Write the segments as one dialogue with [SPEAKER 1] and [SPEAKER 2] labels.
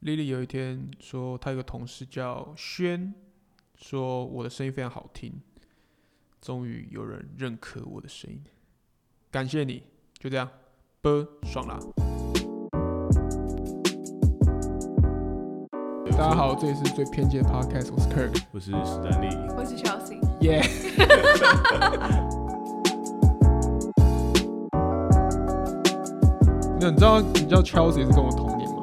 [SPEAKER 1] 丽丽有一天说，她有个同事叫轩，说我的声音非常好听，终于有人认可我的声音，感谢你，就这样，啵，爽啦！大家好，这里是最偏激的 podcast，我是 Kirk，
[SPEAKER 2] 我是史丹利。
[SPEAKER 3] 我是 Chelsea，
[SPEAKER 1] 耶、 那你知道你知道 Chelsea 是跟我同年吗？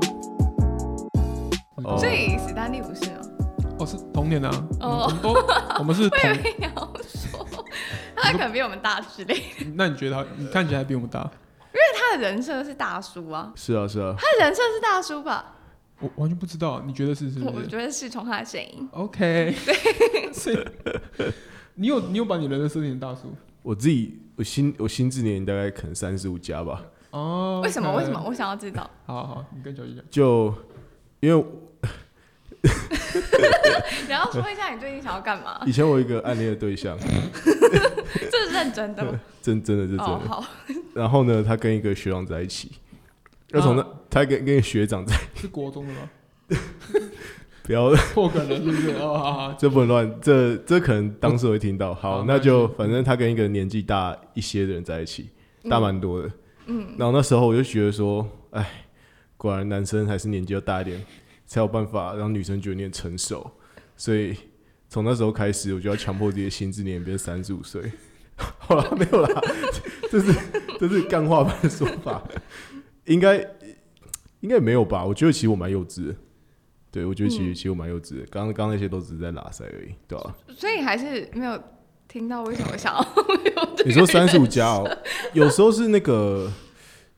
[SPEAKER 2] 哦
[SPEAKER 3] 所以史丹利不是哦，
[SPEAKER 1] 哦，是同年的啊，
[SPEAKER 3] 哦
[SPEAKER 1] 我们都我 们是
[SPEAKER 3] 我以
[SPEAKER 1] 同。
[SPEAKER 3] 为你要说，他可能比我们大之类的，
[SPEAKER 1] 那你觉得他？你看起来比我们大？
[SPEAKER 3] 他的人设是大叔啊，
[SPEAKER 2] 是啊，是啊，
[SPEAKER 3] 他的人设是大叔吧？
[SPEAKER 1] 我完全不知道，你觉得是是不
[SPEAKER 3] 我
[SPEAKER 1] 是
[SPEAKER 3] 觉得是从他的声音，
[SPEAKER 1] ？OK，所以你有你有把你人的设定成大叔
[SPEAKER 2] 我自己我心我心智年龄大概可能三十五加吧，
[SPEAKER 1] 哦？
[SPEAKER 3] 为什么？
[SPEAKER 1] 那
[SPEAKER 3] 为什么？？我想要知道，
[SPEAKER 1] 好好好，你跟小姐讲。
[SPEAKER 2] 就因为
[SPEAKER 3] 然后说一下你最近想要干 嘛？
[SPEAKER 2] 以前我有一个暗恋的对象，
[SPEAKER 3] 这是认真的吗？
[SPEAKER 2] 真真的是真
[SPEAKER 3] 哦，
[SPEAKER 2] 的。
[SPEAKER 3] 好，
[SPEAKER 2] 然后呢，他跟一个学长在一起，要从
[SPEAKER 3] 嗯
[SPEAKER 2] 那他跟跟一个学长在，
[SPEAKER 1] 是国中的吗？
[SPEAKER 2] 不要
[SPEAKER 1] 破梗了是不是？哦，好好，
[SPEAKER 2] 这不能乱，这这可能当时会听到。好，
[SPEAKER 1] 好
[SPEAKER 2] 那就反正他跟一个年纪大一些的人在一起，大蛮多的。嗯，然后那时候我就觉得说，哎，果然男生还是年纪要大一点，才有办法让女生觉得你很成熟。所以从那时候开始，我就要强迫自己的心智年龄变三十五岁。 好了，没有啦，这是这是干话般的说法，应该应该没有吧？我觉得其实我蛮幼稚的，对我觉得其实、其实我蛮幼稚的，刚刚刚那些都只是在拉塞而已，对吧、啊
[SPEAKER 3] 所以还是没有听到为什么 想要有这个
[SPEAKER 2] 你说三十五
[SPEAKER 3] 人设
[SPEAKER 2] 加哦，有时候是那个，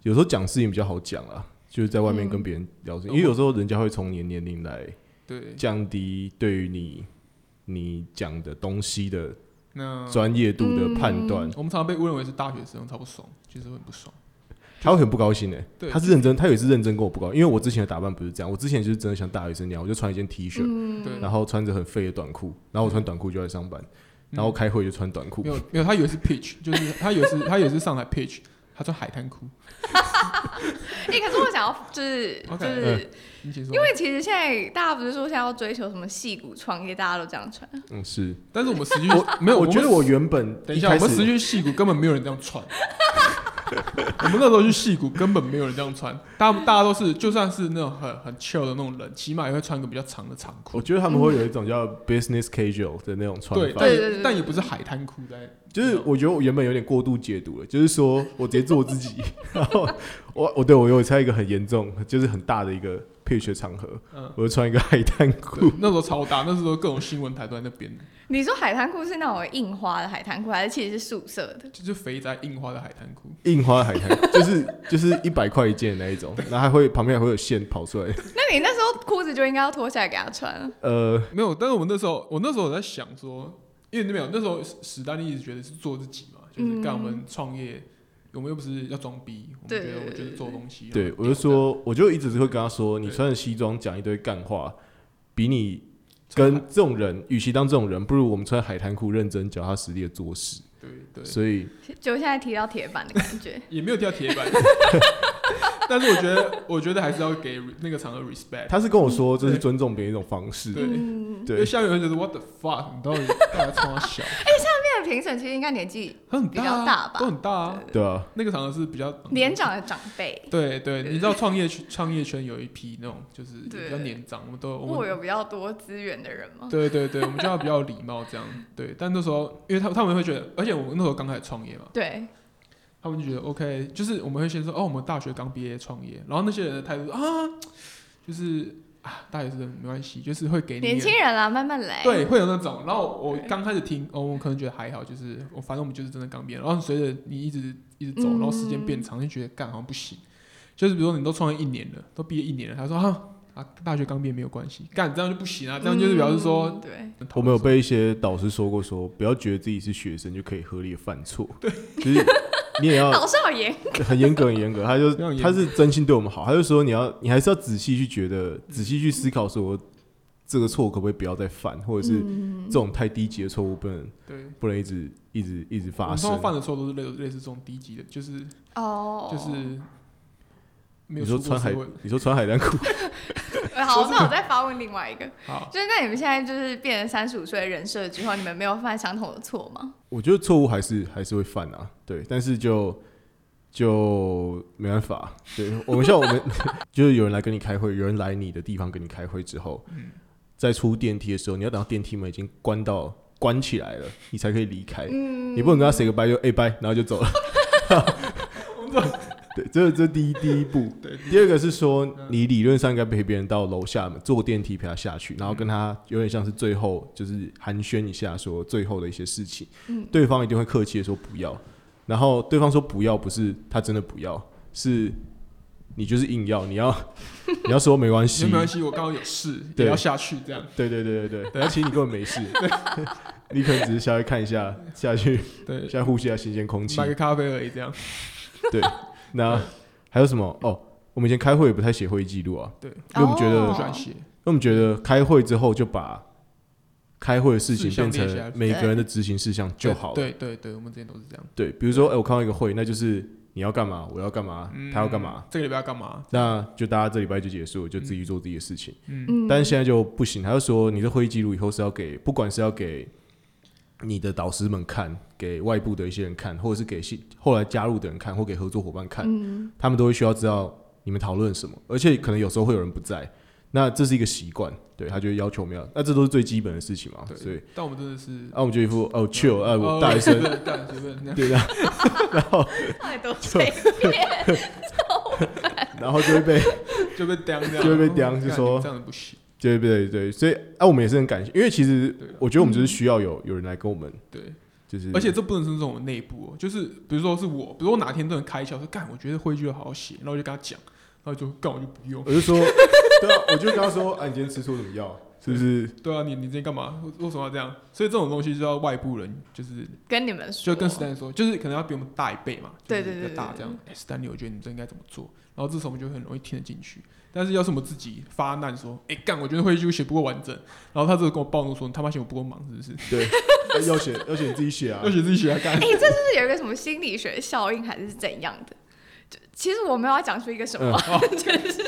[SPEAKER 2] 有时候讲事情比较好讲啊，就是在外面跟别人聊天，因为有时候人家会从你的年龄来
[SPEAKER 1] 对，
[SPEAKER 2] 降低对于你你讲的东西的
[SPEAKER 1] 那
[SPEAKER 2] 专业度的判断，
[SPEAKER 1] 我们常常被误认为是大学生，超不爽，其实我很不爽。
[SPEAKER 2] 他会很不高兴哎、
[SPEAKER 1] 对
[SPEAKER 2] 他是认真，他有一次认真跟我不高兴，因为我之前的打扮不是这样，我之前就是真的像大学生那样，我就穿一件 T 恤，
[SPEAKER 1] 对，
[SPEAKER 2] 然后穿着很废的短裤，然后我穿短裤就来上班，然后开会就穿短裤
[SPEAKER 1] 嗯没，有没有，他以为是 pitch，就是他以为是他以为是上海 pitch，他穿海滩裤。
[SPEAKER 3] 哎，可是我想要就是就
[SPEAKER 1] OK，
[SPEAKER 3] 是，
[SPEAKER 1] 你解说，
[SPEAKER 3] 因为其实现在大家不是说现在要追求什么戏骨创业，大家都这样传。
[SPEAKER 2] 嗯是，
[SPEAKER 1] 但是我们实际
[SPEAKER 2] 我
[SPEAKER 1] 没有，
[SPEAKER 2] 我觉
[SPEAKER 1] 们
[SPEAKER 2] 得我原本
[SPEAKER 1] 等一下，我
[SPEAKER 2] 开始
[SPEAKER 1] 们时去戏谷根本没有人这样穿。 我们那时候去戏谷根本没有人这样穿，大家大家都是就算是那种很很 chill 的那种人，起码也会穿个比较长的长
[SPEAKER 2] 我
[SPEAKER 1] 裤。
[SPEAKER 2] 觉得他们会有一种叫 business casual 的那种穿
[SPEAKER 1] 对，
[SPEAKER 2] 法，
[SPEAKER 1] 但
[SPEAKER 3] 对对
[SPEAKER 1] 也
[SPEAKER 3] 对
[SPEAKER 1] 但也不是海滩裤在，
[SPEAKER 2] 就是我觉得我原本有点过度解读了，就是说我直接做我自己， 然后我我对我有在一个很严重，就是很大的一个 pitch 的场合，
[SPEAKER 1] 嗯
[SPEAKER 2] 我就穿一个海滩
[SPEAKER 1] 对
[SPEAKER 2] 裤，
[SPEAKER 1] 那时候超大，那时候各种新闻台都在那边，
[SPEAKER 3] 你说海滩裤是那种印花的海滩裤，还是其实是素色的？
[SPEAKER 1] 就是肥宅印花的海滩裤。
[SPEAKER 2] 印花海滩，就是就是一百块一件的那一种，然后还会旁边还会有线跑出来，
[SPEAKER 3] 那你那时候裤子就应该要脱下来给他穿了。
[SPEAKER 2] 呃，
[SPEAKER 1] 没有，但是我那时候我那时候我在想说，因为没有那时候史丹利一直觉得是做自己嘛，就是
[SPEAKER 3] 嗯
[SPEAKER 1] 干我们创业，我们又不是要装逼，我们
[SPEAKER 3] 对
[SPEAKER 1] 觉得我就是做东西。
[SPEAKER 2] 对
[SPEAKER 1] 然后
[SPEAKER 2] 我就说，我就一直会跟他说，
[SPEAKER 1] 对
[SPEAKER 2] 你穿着西装讲一堆干话，比你
[SPEAKER 1] 穿
[SPEAKER 2] 跟这种人，与其当这种人，不如我们穿海滩裤认真脚踏实地的做事，
[SPEAKER 1] 对对，，
[SPEAKER 2] 所以。
[SPEAKER 3] 就现在踢到铁板的感觉
[SPEAKER 1] 也没有掉铁板，但是我觉得，我觉得还是要给那个场合 respect。
[SPEAKER 2] 他是跟我说，这是尊重别人一种方式。
[SPEAKER 1] 对，因为
[SPEAKER 2] 对，
[SPEAKER 1] 下面会觉得 what the fuck，你到底大家超小，
[SPEAKER 3] 那个评审其实应该年纪
[SPEAKER 1] 他很
[SPEAKER 3] 比较
[SPEAKER 1] 啊
[SPEAKER 3] 大吧
[SPEAKER 1] 都很大啊。
[SPEAKER 2] 对啊，
[SPEAKER 1] 那个场合是比较
[SPEAKER 3] 年长的长辈，
[SPEAKER 1] 对对，你知道创业圈创业圈有一批那种就是
[SPEAKER 3] 对
[SPEAKER 1] 比较年长，我们都我
[SPEAKER 3] 握
[SPEAKER 1] 们
[SPEAKER 3] 有比较多资源的人吗？
[SPEAKER 1] 对对对，我们就要比较礼貌这样。对，但那时候因为他他们会觉得，而且我们那时候刚开始创业嘛，
[SPEAKER 3] 对，
[SPEAKER 1] 他们就觉得 OK，就是我们会先说哦，我们大学刚毕业创业，然后那些人的态度啊，就是啊，大学生没关系，就是会给你
[SPEAKER 3] 年轻人啦，慢慢来。
[SPEAKER 1] 对，会有那种。然后我刚开始听，哦，我可能觉得还好，就是我反正我们就是真的刚毕业。然后随着你一直一直走，
[SPEAKER 3] 嗯
[SPEAKER 1] 然后时间变长，就觉得干好像不行。就是比如说你都创业一年了，都毕业一年了，他说啊啊，大学刚毕业没有关系，干这样就不行啊，
[SPEAKER 3] 嗯，
[SPEAKER 1] 这样就是表示说，
[SPEAKER 3] 对，
[SPEAKER 2] 我们有被一些导师说过说，不要觉得自己是学生就可以合理的犯错，对，就是你也要
[SPEAKER 3] 老师好严，
[SPEAKER 2] 很严格很严格。他就
[SPEAKER 1] 非常严格
[SPEAKER 2] 他是真心对我们好，他就说你要你还是要仔细去觉得，仔细去思考说这个错可不可以不要再犯，或者是
[SPEAKER 3] 嗯
[SPEAKER 2] 这种太低级的错误不能
[SPEAKER 1] 对。
[SPEAKER 2] 不能一直一直一直
[SPEAKER 1] 我
[SPEAKER 2] 发
[SPEAKER 1] 们通常
[SPEAKER 2] 生。
[SPEAKER 1] 犯的错都是类类似这种低级的，就是
[SPEAKER 3] 哦，
[SPEAKER 1] 就是没有
[SPEAKER 2] 你说
[SPEAKER 1] 出过
[SPEAKER 2] 穿海
[SPEAKER 1] 社会，
[SPEAKER 2] 你说穿海滩裤，
[SPEAKER 3] 呃好，那我再发问另外一个，
[SPEAKER 1] 好，
[SPEAKER 3] 就是那你们现在就是变成三十五岁的人设之后，你们没有犯相同的错吗？
[SPEAKER 2] 我觉得错误还是还是会犯啊，对，但是就就没办法，对我们像我们 就是有人来跟你开会，有人来你的地方跟你开会之后，在出电梯的时候，你要等到电梯门已经关到关起来了，你才可以离开，你不能跟他 say 个 bye 就哎、拜，bye，然后就走 了。对，这这第一第一步，
[SPEAKER 1] 对
[SPEAKER 2] 第二个是说，你理论上应该陪别人到楼下嘛，坐电梯陪他下去，然后跟他有点像是最后就是寒暄一下，说最后的一些事情。对方一定会客气的说不要，然后对方说不要，不是他真的不要，是你就是硬要，你要 你要 说没关系
[SPEAKER 1] 没，关系，我刚刚有事，也
[SPEAKER 2] 对
[SPEAKER 1] 要下去，这样
[SPEAKER 2] 对对对对对，但其实你根本没事，你可能只是下去看一下，下去
[SPEAKER 1] 对，
[SPEAKER 2] 下呼吸一下新鲜空气
[SPEAKER 1] 买，个咖啡而已，这样。
[SPEAKER 2] 那还有什么？哦，我们以前开会也不太写会议记录啊，
[SPEAKER 1] 对
[SPEAKER 2] 因为我们觉得
[SPEAKER 1] 不
[SPEAKER 3] 哦
[SPEAKER 1] 喜欢写，
[SPEAKER 2] 因为我们觉得开会之后就把开会的事情
[SPEAKER 1] 事项
[SPEAKER 2] 变
[SPEAKER 1] 列下来
[SPEAKER 2] 成每个人的执行事项就好了。
[SPEAKER 1] 对对对，我们之前都是这样。
[SPEAKER 2] 对比如说，哎、我看到一个会，那就是你要干嘛，我要干嘛，他要干嘛，
[SPEAKER 1] 啊这个礼拜要干嘛？
[SPEAKER 2] 那就大家这礼拜就结束，就自己做自己的事情。
[SPEAKER 3] 嗯，
[SPEAKER 2] 但是现在就不行，他就说你的会议记录以后是要给，不管是要给你的导师们看，给外部的一些人看，或者是给新后来加入的人看，或给合作伙伴看，他们都会需要知道你们讨论什么，而且可能有时候会有人不在，那这是一个习惯，对他就会要求我们要，那这都是最基本的事情嘛，所以
[SPEAKER 1] 对，但我们真的是
[SPEAKER 2] 啊，我们就一副哦 chill，哎、我大学
[SPEAKER 1] 学
[SPEAKER 2] 生，
[SPEAKER 1] 问，大学问，这样
[SPEAKER 2] 对的，
[SPEAKER 3] 到底多随便？
[SPEAKER 2] 然后就会被
[SPEAKER 1] 就被刁，这样
[SPEAKER 2] 就会被刁就
[SPEAKER 1] 干
[SPEAKER 2] 说
[SPEAKER 1] 你这样子不行。
[SPEAKER 2] 对对对，所以啊，我们也是很感谢，因为其实
[SPEAKER 1] 对啊
[SPEAKER 2] 我觉得我们就是需要有有人来跟我们，
[SPEAKER 1] 对，
[SPEAKER 2] 就是
[SPEAKER 1] 而且这不能是这种内部哦，就是比如说是我，比如我哪天真的开窍说，干，我觉得会就好好写，然后我就跟他讲，然后就干我就不用。
[SPEAKER 2] 我 就说，对啊，我就跟他说，啊，你今天吃错什么药？是不是？
[SPEAKER 1] 对啊，你你今天干嘛？为为什么要这样？所以这种东西就要外部人，就是
[SPEAKER 3] 跟你们说，
[SPEAKER 1] 就跟 Stan 说，就是可能要比我们大一倍嘛，
[SPEAKER 3] 对
[SPEAKER 1] 就是
[SPEAKER 3] 对对
[SPEAKER 1] 比较大
[SPEAKER 3] 对
[SPEAKER 1] 这样。哎，Stanley，我觉得你这应该怎么做？然后这时候我们就很容易听得进去。但是要是我们自己发难说，哎、干，我觉得会就写不够完整，然后他这个跟我暴怒说，你他妈嫌我不够忙是不是？
[SPEAKER 2] 对，啊要写要写你自己写啊
[SPEAKER 1] 要。写自己写来干
[SPEAKER 3] 哎、，这是不是有一个什么心理学效应还是怎样的？就其实我没有要讲出一个什么， 就是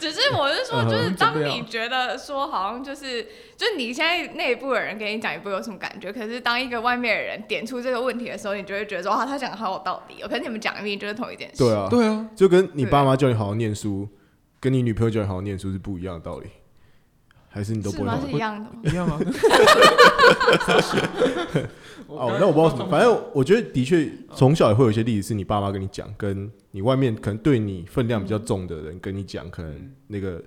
[SPEAKER 3] 只是我是说，
[SPEAKER 2] 嗯嗯哼
[SPEAKER 3] 就是当
[SPEAKER 1] 准备
[SPEAKER 3] 你
[SPEAKER 1] 好
[SPEAKER 3] 觉得说好像就是，就是你现在内部的人跟你讲，你不会有什么感觉。可是当一个外面的人点出这个问题的时候，你就会觉得说，啊，他讲的好有道理哦。可是你们讲的明明就是同一件事。
[SPEAKER 2] 对啊，
[SPEAKER 1] 对啊，
[SPEAKER 2] 就跟你爸妈叫你好好念书，跟你女朋友叫你好好念书是不一样的道理，还是你都
[SPEAKER 3] 是
[SPEAKER 2] 不会
[SPEAKER 3] 吗？
[SPEAKER 2] 好
[SPEAKER 3] 是一样的吗？
[SPEAKER 1] 一样 啊。
[SPEAKER 2] 哦，那我不知道什么，反正我觉得的确从小也会有一些例子，是你爸妈跟你讲，跟你外面可能对你分量比
[SPEAKER 3] 嗯
[SPEAKER 2] 较重的人跟你讲，可能那个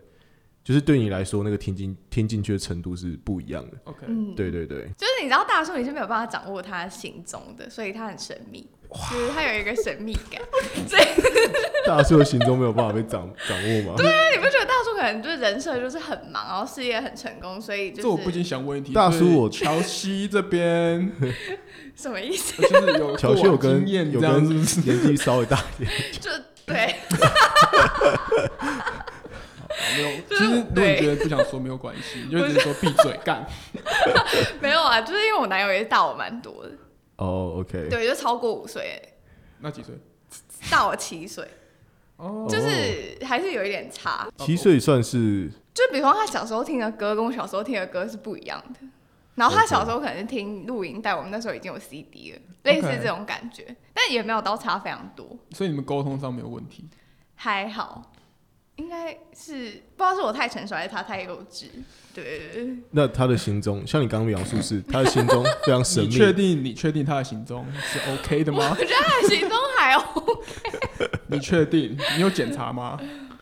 [SPEAKER 2] 就是对你来说那个听进听进去的程度是不一样的。
[SPEAKER 1] OK，
[SPEAKER 3] 嗯，
[SPEAKER 2] 对对对，
[SPEAKER 3] 就是你知道大叔你是没有办法掌握他行踪的，所以他很神秘，就是他有一个神秘感。
[SPEAKER 2] 大叔的行踪没有办法被掌掌握嘛？
[SPEAKER 3] 但 你不觉得大叔可能就是人设就是很忙，然后事业很成功，所以就是
[SPEAKER 1] 这我不禁想问一题，
[SPEAKER 2] 大叔
[SPEAKER 1] 就是
[SPEAKER 2] 我
[SPEAKER 1] 乔西这 边
[SPEAKER 3] 什么意思？
[SPEAKER 1] 就是有
[SPEAKER 2] 乔西有
[SPEAKER 1] 过往
[SPEAKER 2] 跟
[SPEAKER 1] 经验
[SPEAKER 2] 有
[SPEAKER 1] 这样
[SPEAKER 2] 跟
[SPEAKER 1] 子，
[SPEAKER 2] 年纪稍微大一点，
[SPEAKER 3] 就对，
[SPEAKER 1] 没有。其
[SPEAKER 3] 就是
[SPEAKER 1] 实如果你觉得不想说没有关系，你就只是说闭嘴干。
[SPEAKER 3] 没有啊，就是因为我男友也是大我蛮多的，
[SPEAKER 2] 哦，OK，
[SPEAKER 3] 对，就超过五岁，
[SPEAKER 1] 那几岁？
[SPEAKER 3] 大我七岁，
[SPEAKER 1] 哦，
[SPEAKER 3] 就是还是有一点差。
[SPEAKER 2] 七岁算是
[SPEAKER 3] 就比方他小时候听的歌跟我小时候听的歌是不一样的，然后他小时候可能是听录音带，我们那时候已经有 CD 了，类似
[SPEAKER 1] OK
[SPEAKER 3] 这种感觉，但也没有到差非常多。
[SPEAKER 1] 所以你们沟通上没有问题。
[SPEAKER 3] 还好，应该是不知道是我太成熟还是他太幼稚。对对对，
[SPEAKER 2] 那他的行踪，像你刚刚描述是他的行踪非常神
[SPEAKER 1] 你
[SPEAKER 2] 秘，
[SPEAKER 1] 确定你确定他的行踪是 OK 的吗
[SPEAKER 3] 我？觉得他的行踪还
[SPEAKER 1] 你确定？你有检查吗？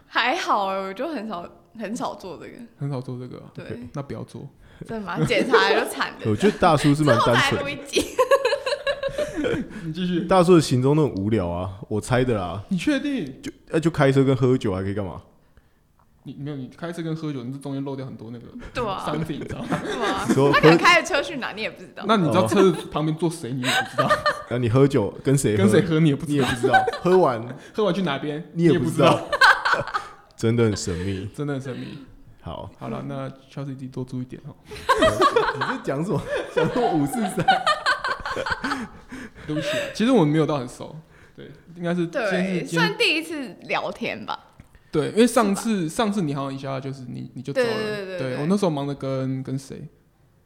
[SPEAKER 3] 还好哎、我就很少很少做这个，
[SPEAKER 1] 很少做这个啊，
[SPEAKER 3] 对，
[SPEAKER 1] 那不要做。
[SPEAKER 3] 真的吗？检查就惨
[SPEAKER 1] 哦
[SPEAKER 3] 了。
[SPEAKER 2] 我觉得大叔是
[SPEAKER 3] 之
[SPEAKER 2] 蛮
[SPEAKER 3] 后
[SPEAKER 2] 单
[SPEAKER 3] 再
[SPEAKER 2] 纯
[SPEAKER 3] 录
[SPEAKER 2] 的，
[SPEAKER 3] 一集，
[SPEAKER 1] 你继续。
[SPEAKER 2] 大叔的行踪都很无聊啊，我猜的啦，
[SPEAKER 1] 你确定？
[SPEAKER 2] 就那就开车跟喝酒还可以干嘛？
[SPEAKER 1] 你没有？你开车跟喝酒，你这中间漏掉很多那个
[SPEAKER 3] 对啊，
[SPEAKER 1] something，你知道吗？
[SPEAKER 3] 对啊
[SPEAKER 2] 说，
[SPEAKER 3] 他
[SPEAKER 2] 喝
[SPEAKER 3] 可能开着车去哪，你也不知道。
[SPEAKER 1] 那你知道车子旁边坐谁，你也不知道，
[SPEAKER 2] 那你喝酒跟谁喝
[SPEAKER 1] 跟谁喝你也不
[SPEAKER 2] 你
[SPEAKER 1] 知
[SPEAKER 2] 也
[SPEAKER 1] 道，
[SPEAKER 2] 不知 道，喝完
[SPEAKER 1] 喝完去哪边
[SPEAKER 2] 你
[SPEAKER 1] 也
[SPEAKER 2] 也不知
[SPEAKER 1] 道，
[SPEAKER 2] 道， 真的很神秘。
[SPEAKER 1] 真的很神秘。
[SPEAKER 2] 好，
[SPEAKER 1] 好了，那 Chelsea 自己多注意点哦。
[SPEAKER 2] 你是讲什么？讲什么五四三？
[SPEAKER 1] 对不起，其实我们没有到很熟，对，应该是今天是
[SPEAKER 3] 对，
[SPEAKER 1] 今天
[SPEAKER 3] 算第一次聊天吧。
[SPEAKER 1] 对，因为上次上次你好像一下就是你你就走了，
[SPEAKER 3] 对对对对对
[SPEAKER 1] 我那时候忙着跟跟谁，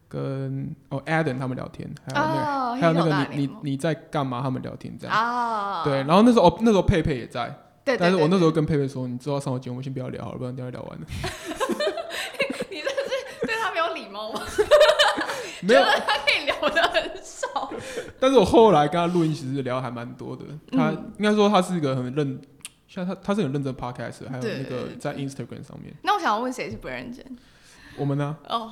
[SPEAKER 1] 跟哦 Adam 他们聊天，还有那个、
[SPEAKER 3] 哦，
[SPEAKER 1] 还有那
[SPEAKER 3] 黑手大
[SPEAKER 1] 个你
[SPEAKER 3] 联
[SPEAKER 1] 你
[SPEAKER 3] 盟
[SPEAKER 1] 你在干嘛？他们聊天这样。
[SPEAKER 3] 啊，
[SPEAKER 1] 对，然后那时候哦，那时候佩佩也在，
[SPEAKER 3] 对，对
[SPEAKER 1] 但是我那时
[SPEAKER 3] 候
[SPEAKER 1] 候跟佩佩说，你之后上我节目先不要聊好了，不然等一下聊完了。
[SPEAKER 3] 你这是对他没有礼貌吗？
[SPEAKER 1] 没有
[SPEAKER 3] 觉，得他可以聊的很 少，
[SPEAKER 1] 但是我后来跟他录音，其实聊得还蛮多的。他、
[SPEAKER 3] 嗯
[SPEAKER 1] 应该说他是一个很认，像他他是很认真的 podcast，还有
[SPEAKER 3] 对
[SPEAKER 1] 那个在 Instagram 上面，
[SPEAKER 3] 那我想要问谁是不认真
[SPEAKER 1] 我们呢、
[SPEAKER 3] 哦？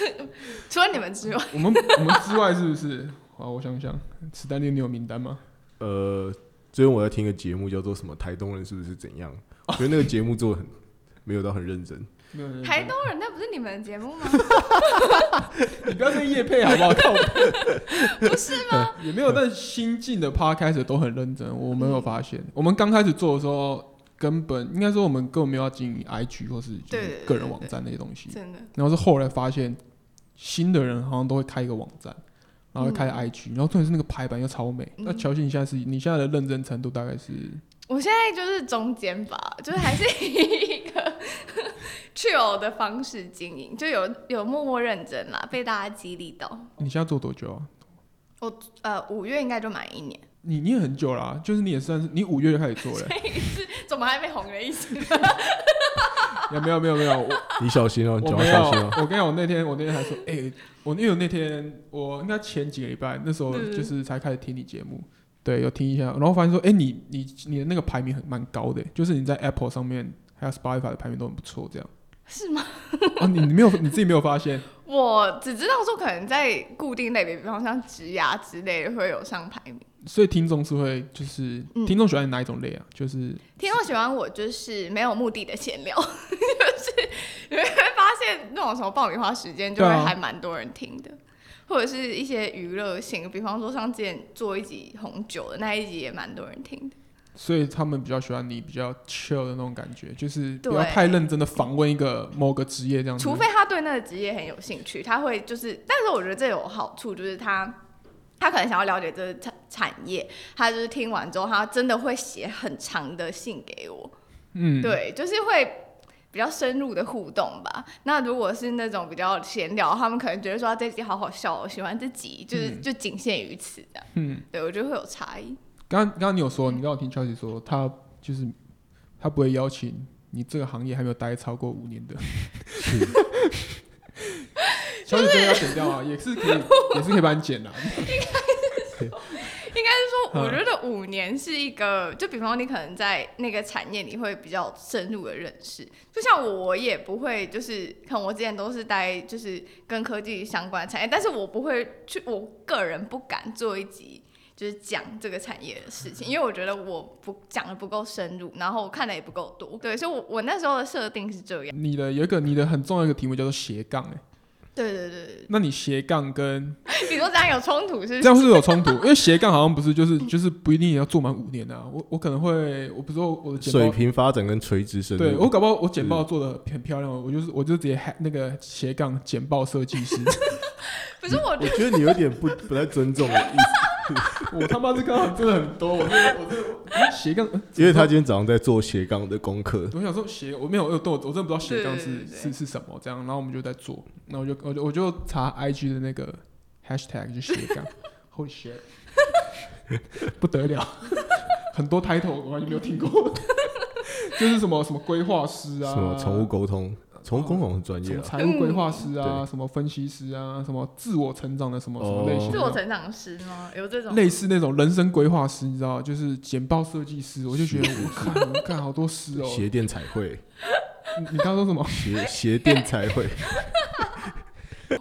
[SPEAKER 3] 除了你们之外，
[SPEAKER 1] 我们我们之外是不是？好，我想想，史丹利，你有名单吗？
[SPEAKER 2] 呃，最近我在听一个节目，叫做什么“台东人是不是怎样”，我觉得那个节目做的很没有到很认真。
[SPEAKER 1] 没有人
[SPEAKER 3] 台东人那不是你们的节目吗？
[SPEAKER 1] 你不要跟叶配好 不好？看我
[SPEAKER 3] 不是吗？
[SPEAKER 1] 也没有，但新进的 podcast 都很认真，我没
[SPEAKER 3] 嗯
[SPEAKER 1] 有发现。我们刚开始做的时候，根本应该说我们根本没有要经营 IG 或是就
[SPEAKER 3] 对
[SPEAKER 1] 是
[SPEAKER 3] 对对
[SPEAKER 1] 个人网站那些东西。
[SPEAKER 3] 真的，
[SPEAKER 1] 然后是后来发现，新的人好像都会开一个网站，然后会开
[SPEAKER 3] 嗯
[SPEAKER 1] IG，、然后重点是那个排版又超美。
[SPEAKER 3] 嗯
[SPEAKER 1] 那乔欣，你现在是你现在的认真程度大概是
[SPEAKER 3] 我现在就是中间吧， 就是还是以一个 chill 的方式经营，就有有默默认真啦，被大家激励到。
[SPEAKER 1] 你现在做多久啊？
[SPEAKER 3] 呃，五月应该就满一年，
[SPEAKER 1] 你你也很久啦、啊就是你也算是你五月就开始做了、欸
[SPEAKER 3] 怎么还没红的意思？啊
[SPEAKER 1] 有没有没有没有，我
[SPEAKER 2] 你小心哦、
[SPEAKER 1] 我
[SPEAKER 2] 你脚
[SPEAKER 1] 没有，
[SPEAKER 2] 小心哦、
[SPEAKER 1] 我跟你讲，我那天我那天还说，哎、我因为我那天我应该前几个礼拜那时候
[SPEAKER 3] 嗯
[SPEAKER 1] 就是才开始听你节目，对，有听一下，然后发现说，哎、你你你的那个排名很蛮高的、就是你在 Apple 上面还有 Spotify 的排名都很不错，这样。
[SPEAKER 3] 是吗？
[SPEAKER 1] 哦，你你没有你自己没有发现？
[SPEAKER 3] 我只知道说可能在固定类别，比方像植牙之类的会有上排名。
[SPEAKER 1] 所以听众是会就是、
[SPEAKER 3] 嗯
[SPEAKER 1] 听众喜欢你哪一种类啊？就是
[SPEAKER 3] 听众喜欢我就是没有目的的闲聊， 就是你会发现那种什么爆米花时间就会
[SPEAKER 1] 对啊
[SPEAKER 3] 还蛮多人听的，或者是一些娱乐性，比方说像之前做一集红酒的那一集也蛮多人听的。
[SPEAKER 1] 所以他们比较喜欢你比较 chill 的那种感觉，就是不要
[SPEAKER 3] 对
[SPEAKER 1] 太认真的访问一个某个职业这样子。
[SPEAKER 3] 除非他对那个职业很有兴趣，他会就是，但是我觉得这有好处，就是他他可能想要了解这个产产业，他就是听完之后，他真的会写很长的信给我，
[SPEAKER 1] 嗯，
[SPEAKER 3] 对，就是会。比较深入的互动吧。那如果是那种比较闲聊，他们可能觉得说啊这集好好笑哦，我喜欢这集，就是、
[SPEAKER 1] 嗯
[SPEAKER 3] 就仅限于此这样。
[SPEAKER 1] 嗯，
[SPEAKER 3] 对我觉得会有差异。
[SPEAKER 1] 刚刚刚你有说，你刚我听 Chelsea 说，他就是他不会邀请你这个行业还没有待超过五年的。Chelsea 这个要剪掉啊，也是可以，也是可以帮你剪的、啊。
[SPEAKER 3] 应该是
[SPEAKER 1] 嗯
[SPEAKER 3] 说，我觉得五年是一个，就比方说你可能在那个产业你会比较深入的认识，就像我，我也不会就是，可能我之前都是待就是跟科技相关的产业，但是我不会去，我个人不敢做一集。就是讲这个产业的事
[SPEAKER 1] 嗯
[SPEAKER 3] 情，因为我觉得我不讲的不够深入，然后我看的也不够多，对，所以我我那时候的设定 是这样，
[SPEAKER 1] 你的有一个你的很重要的一个题目叫做斜杠、欸，
[SPEAKER 3] 对对对对
[SPEAKER 1] 那你斜杠跟
[SPEAKER 3] 对，你说这样有冲突是不是
[SPEAKER 1] 这样是不是有冲突？因为斜杠好像不是就是就是不一定也要做满五年啊。我我可能会，我不是说我的简
[SPEAKER 2] 水
[SPEAKER 1] 报，
[SPEAKER 2] 平发展跟垂直深
[SPEAKER 1] 对
[SPEAKER 2] 入
[SPEAKER 1] 我，搞不好我简报做的很漂亮，我就是我就直接 hack 那个斜杠简报设计师。
[SPEAKER 3] 不是我
[SPEAKER 2] 我觉得你有点不 不太尊重我的意思，
[SPEAKER 1] 我他妈这刚好真的很多，我这我这 斜杠，呃
[SPEAKER 2] 因为他今天早上在做斜杠的功课，
[SPEAKER 1] 我想说斜，我没有，我有我我真的不知道斜杠
[SPEAKER 3] 对
[SPEAKER 1] 是
[SPEAKER 3] 对对
[SPEAKER 1] 是是什么这样，然后我们就在做，然后我就我就我就查 IG 的那个 hashtag 就斜杠，Holy shit，不得了，很多 title 我完全没有听过， 就是什么什么规划师啊，哦
[SPEAKER 2] 什么宠物沟通，宠物沟通很专
[SPEAKER 1] 什
[SPEAKER 2] 业
[SPEAKER 1] 么
[SPEAKER 2] 啊，
[SPEAKER 1] 财务规划师啊，
[SPEAKER 2] 嗯
[SPEAKER 1] 什么分析师啊，什么自我成长的什么什么类型
[SPEAKER 3] 自
[SPEAKER 1] 的，
[SPEAKER 3] 我成长师吗？有这种
[SPEAKER 1] 类似那种人生规划师，你知道，就是简报设计师， 我就觉得我看我看好多师哦。
[SPEAKER 2] 鞋店彩绘，
[SPEAKER 1] 你你刚刚说 什么？
[SPEAKER 2] 鞋鞋店彩 绘，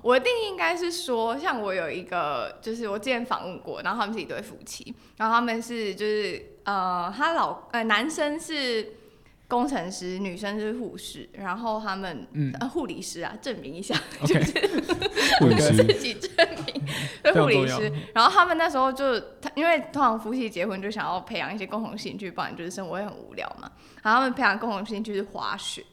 [SPEAKER 3] 我的定义应该是说，像我有一个，就是我之前访问过，然后他们是一对夫妻，然后他们是就是呃，他老呃男生是工程师，女生是护士，然后他们
[SPEAKER 1] 嗯
[SPEAKER 3] 呃护理师啊，证明一下
[SPEAKER 1] OK
[SPEAKER 2] 护理
[SPEAKER 3] 自
[SPEAKER 2] 师
[SPEAKER 3] 己证 明对护理
[SPEAKER 1] 嗯非常
[SPEAKER 3] 师
[SPEAKER 1] 重。
[SPEAKER 3] 然后他们那时候就，他因为通常夫妻结婚就想要培养一些共同兴趣，不然就是生活会很无聊嘛。然后他们培养共同兴趣是滑雪。